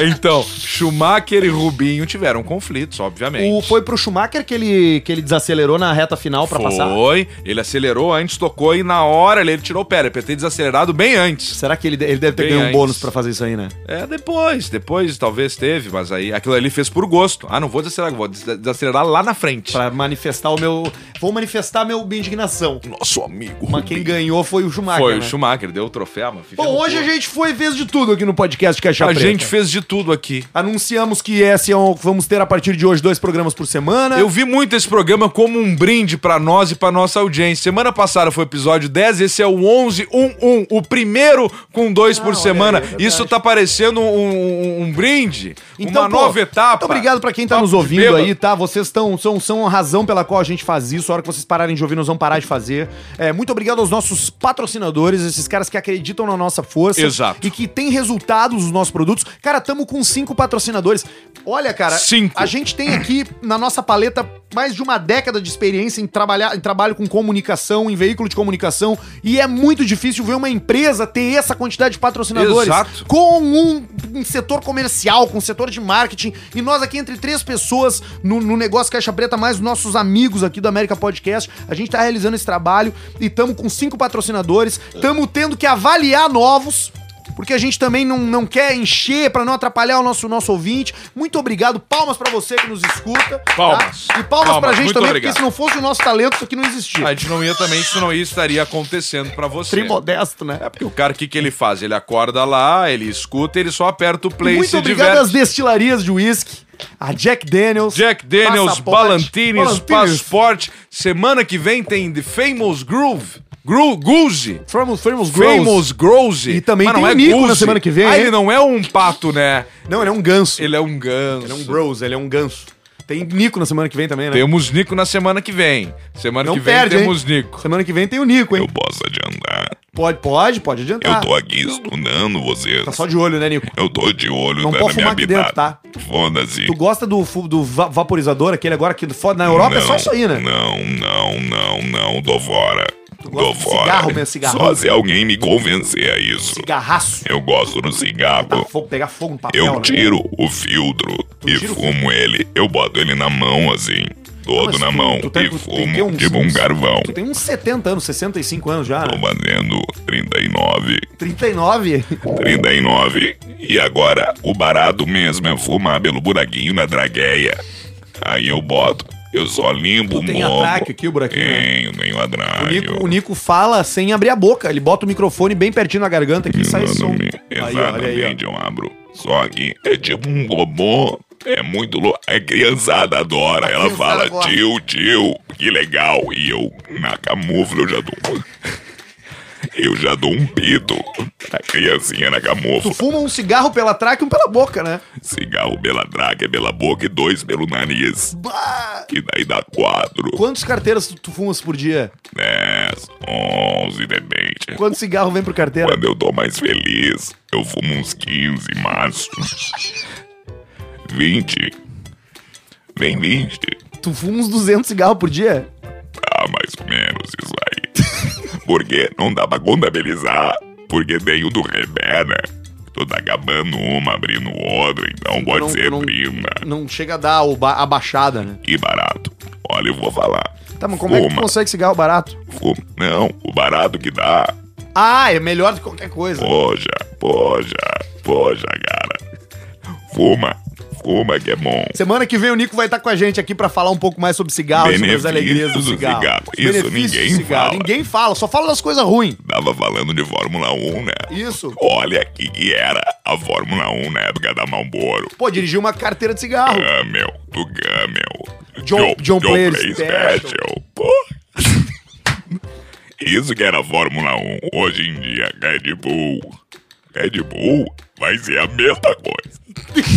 Então, Schumacher e Rubinho tiveram conflitos, obviamente.
o, foi pro Schumacher que ele, que ele desacelerou na reta final pra passar?
Foi, ele acelerou antes, tocou e na hora ele ele tirou o pé. Ele ter desacelerado bem antes.
Será que ele, de- ele deve ter
Bem
ganho um
antes.
bônus pra fazer isso aí, né?
É, depois, depois talvez teve, mas aí aquilo ali fez por gosto. Ah, não vou desacelerar, vou des- desacelerar lá na frente.
Pra manifestar o meu. Vou manifestar meu, minha indignação.
Nosso amigo.
Mas quem ganhou foi o Schumacher.
Foi o
né?
Schumacher, deu o troféu, mano.
Bom, hoje a gente foi vez de tudo aqui no podcast Caixa
A
Preta.
gente gente fez de tudo aqui.
Anunciamos que esse é um- vamos ter a partir de hoje dois programas por semana.
Eu vi muito esse programa como um brinde pra nós e pra nossa audiência. Semana passada foi o episódio 10, esse é o 1111, o primeiro com dois
Ah,
por
é
semana. Isso tá parecendo um, um- um brinde, uma
Então, pô,
nova etapa.
Muito obrigado pra quem tá
Papo
nos
de
ouvindo
bêbado.
aí, tá? Vocês tão, são, são a razão pela qual a gente faz isso. A hora que vocês pararem de ouvir, nós vamos parar de fazer. É, muito obrigado aos nossos patrocinadores, esses caras que acreditam na nossa força.
Exato.
E que tem resultados nos nossos produtos. Cara, tamo com cinco patrocinadores. Olha, cara,
Cinco.
a gente tem aqui na nossa paleta mais de uma década de experiência em, trabalhar, em trabalho com comunicação, em veículo de comunicação. E é muito difícil ver uma empresa ter essa quantidade de patrocinadores.
Exato.
Com um, um setor comercial, com um setor de marketing. E nós aqui, entre três pessoas, no, no negócio Caixa Preta, mais nossos amigos aqui do América Podcast, a gente tá realizando esse trabalho e estamos com cinco patrocinadores. Estamos tendo que avaliar novos. Porque a gente também não, não quer encher pra não atrapalhar o nosso, nosso ouvinte. Muito obrigado. Palmas pra você que nos escuta. tá?
Palmas.
E palmas, pra
Palmas,
gente
muito
também,
obrigado.
porque se não fosse o nosso talento, isso aqui não existia.
A gente não ia também, isso não ia estaria acontecendo pra você.
Trimodesto, né?
É porque o cara, o que, que ele faz? Ele acorda lá, ele escuta, ele só aperta o play e
Muito
se
obrigado
diverte.
às destilarias de uísque, a Jack Daniels.
Jack Daniels,
Passaporte,
Ballantines,
Ballantines,
Passport. Semana que vem tem The Famous Groove. Gru, Guzi.
Famous, famous, Grouse.
Famous Grouse.
E também
Mas
tem
não é
o Nico na
Guzi.
semana que vem,
Ah,
hein?
ele não é um pato, né?
Não, ele é um ganso.
Ele é um ganso.
Ele é um bros, ele é um ganso. Tem Nico na semana que vem também, né?
Temos Nico na semana que vem. Semana
Não
que vem
perde,
temos
hein?
Nico.
Semana que vem tem o Nico, hein?
Posso adiantar?
Pode, pode, pode adiantar.
Eu tô aqui estudando vocês.
Tá só de olho, né, Nico?
Eu tô de olho
Não
tá,
pode
na minha
fumar aqui dentro,
habitat.
tá?
Foda-se.
Tu gosta do, fu- do va- vaporizador, aquele agora que foda na Europa é só isso aí, né?
Não, não, não, não. Tô fora.
gosta
Tô
de
fora.
cigarro, meu cigarro?
Só se alguém me convencer a isso.
Cigarraço.
Eu gosto do
Tá
cigarro.
fogo, pegar fogo no papel,
Eu
né?
tiro o filtro e
tira o
fumo ele. Eu boto ele na mão, assim. Todo
Mas
na
tu-
mão.
tu tem-
e
tu tem que ter
fumo
uns-
tipo um
uns-
carvão.
Tu tem uns 70 anos, 65 anos já,
Tô
né?
fazendo 39.
39?
39. E agora, o barato mesmo é fumar pelo buraquinho na dragueia. Aí eu boto, eu só limpo o
Tu tem
morro.
atraque aqui, o buraquinho, né?
Tenho, tenho
O
atraque.
Nico, o Nico fala sem abrir a boca. Ele bota o microfone bem pertinho na garganta aqui e sai som.
Exatamente,
Aí, ó, olha aí, ó.
exatamente, eu abro. Só que é tipo um robô. É muito louco. A criançada adora. Ela
criançada
fala,
gosta.
tio, tio, que legal. E eu, na camufla, eu já dou. um- eu já dou um pito. A criancinha na camufla.
Tu fuma um cigarro pela traca e um pela boca, né?
Cigarro pela draga, pela boca e dois pelo nariz.
Bah!
Que daí dá quatro.
Quantas carteiras tu, tu fumas por dia?
Dez, onze, depende.
Quantos cigarros vem por carteira?
Quando eu tô mais feliz, eu fumo uns 15 maços. 20. Vem 20.
Tu fuma uns 200 cigarros por dia?
Ah, mais ou menos isso aí. Porque não dá pra contabilizar. Porque tem o do Rebé, né? Tu tá acabando uma, abrindo outra, então pode
não-
ser
não-
prima.
Não chega a dar o ba- a baixada, né?
Que barato. Olha, eu vou falar.
Tá, mas como é que tu
Fuma,
consegue cigarro barato?
fuma. Não, o barato que dá.
Ah, é melhor do que qualquer coisa.
Poxa, poxa, poxa, cara. Fuma, fuma que é bom.
Semana que vem o Nico vai estar com a gente aqui pra falar um pouco mais sobre cigarro, sobre as
Benefícios
alegrias do
do
cigarro.
cigarro.
Os
Isso
benefícios
ninguém fala.
Ninguém fala, só fala das coisas ruins.
Tava falando de Fórmula 1, né?
Isso.
Olha que que era a Fórmula 1 na época da Malboro.
Pô, dirigir uma carteira de cigarro.
Camel, do Camel.
John- John Player Special.
Pô. Isso que era a Fórmula 1. Hoje em dia, Red Bull. Red Bull vai ser a mesma coisa.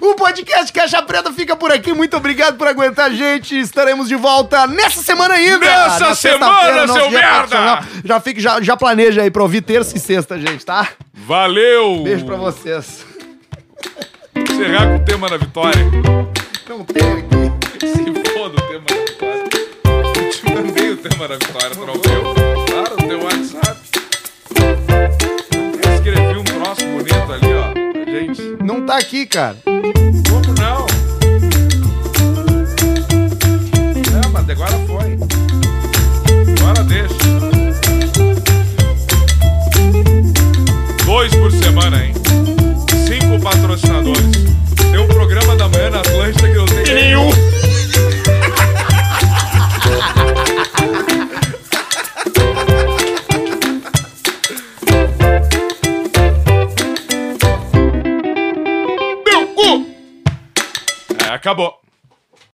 O podcast Caixa Preta fica por aqui. Muito obrigado por aguentar a gente. Estaremos de volta nessa semana ainda.
Nessa
Na
semana,
sexta-feira, nosso
seu
dia
merda!
profissional. Já, fica, já, já planeja aí pra ouvir terça e sexta, gente, tá?
Valeu!
Beijo pra vocês.
Encerrar com o tema da vitória.
Não tem aqui.
Se foda o tema da vitória. Eu te mandei o tema da vitória, tu não viu? Claro, no teu WhatsApp. Eu escrevi um troço bonito ali, ó. Pra gente.
Não tá aqui, cara.
Como não? Não, É, mas agora foi. Agora deixa. Dois por semana, hein? Cinco patrocinadores. Tem um programa da manhã na Atlântida que eu tenho. E nenhum! É, acabou.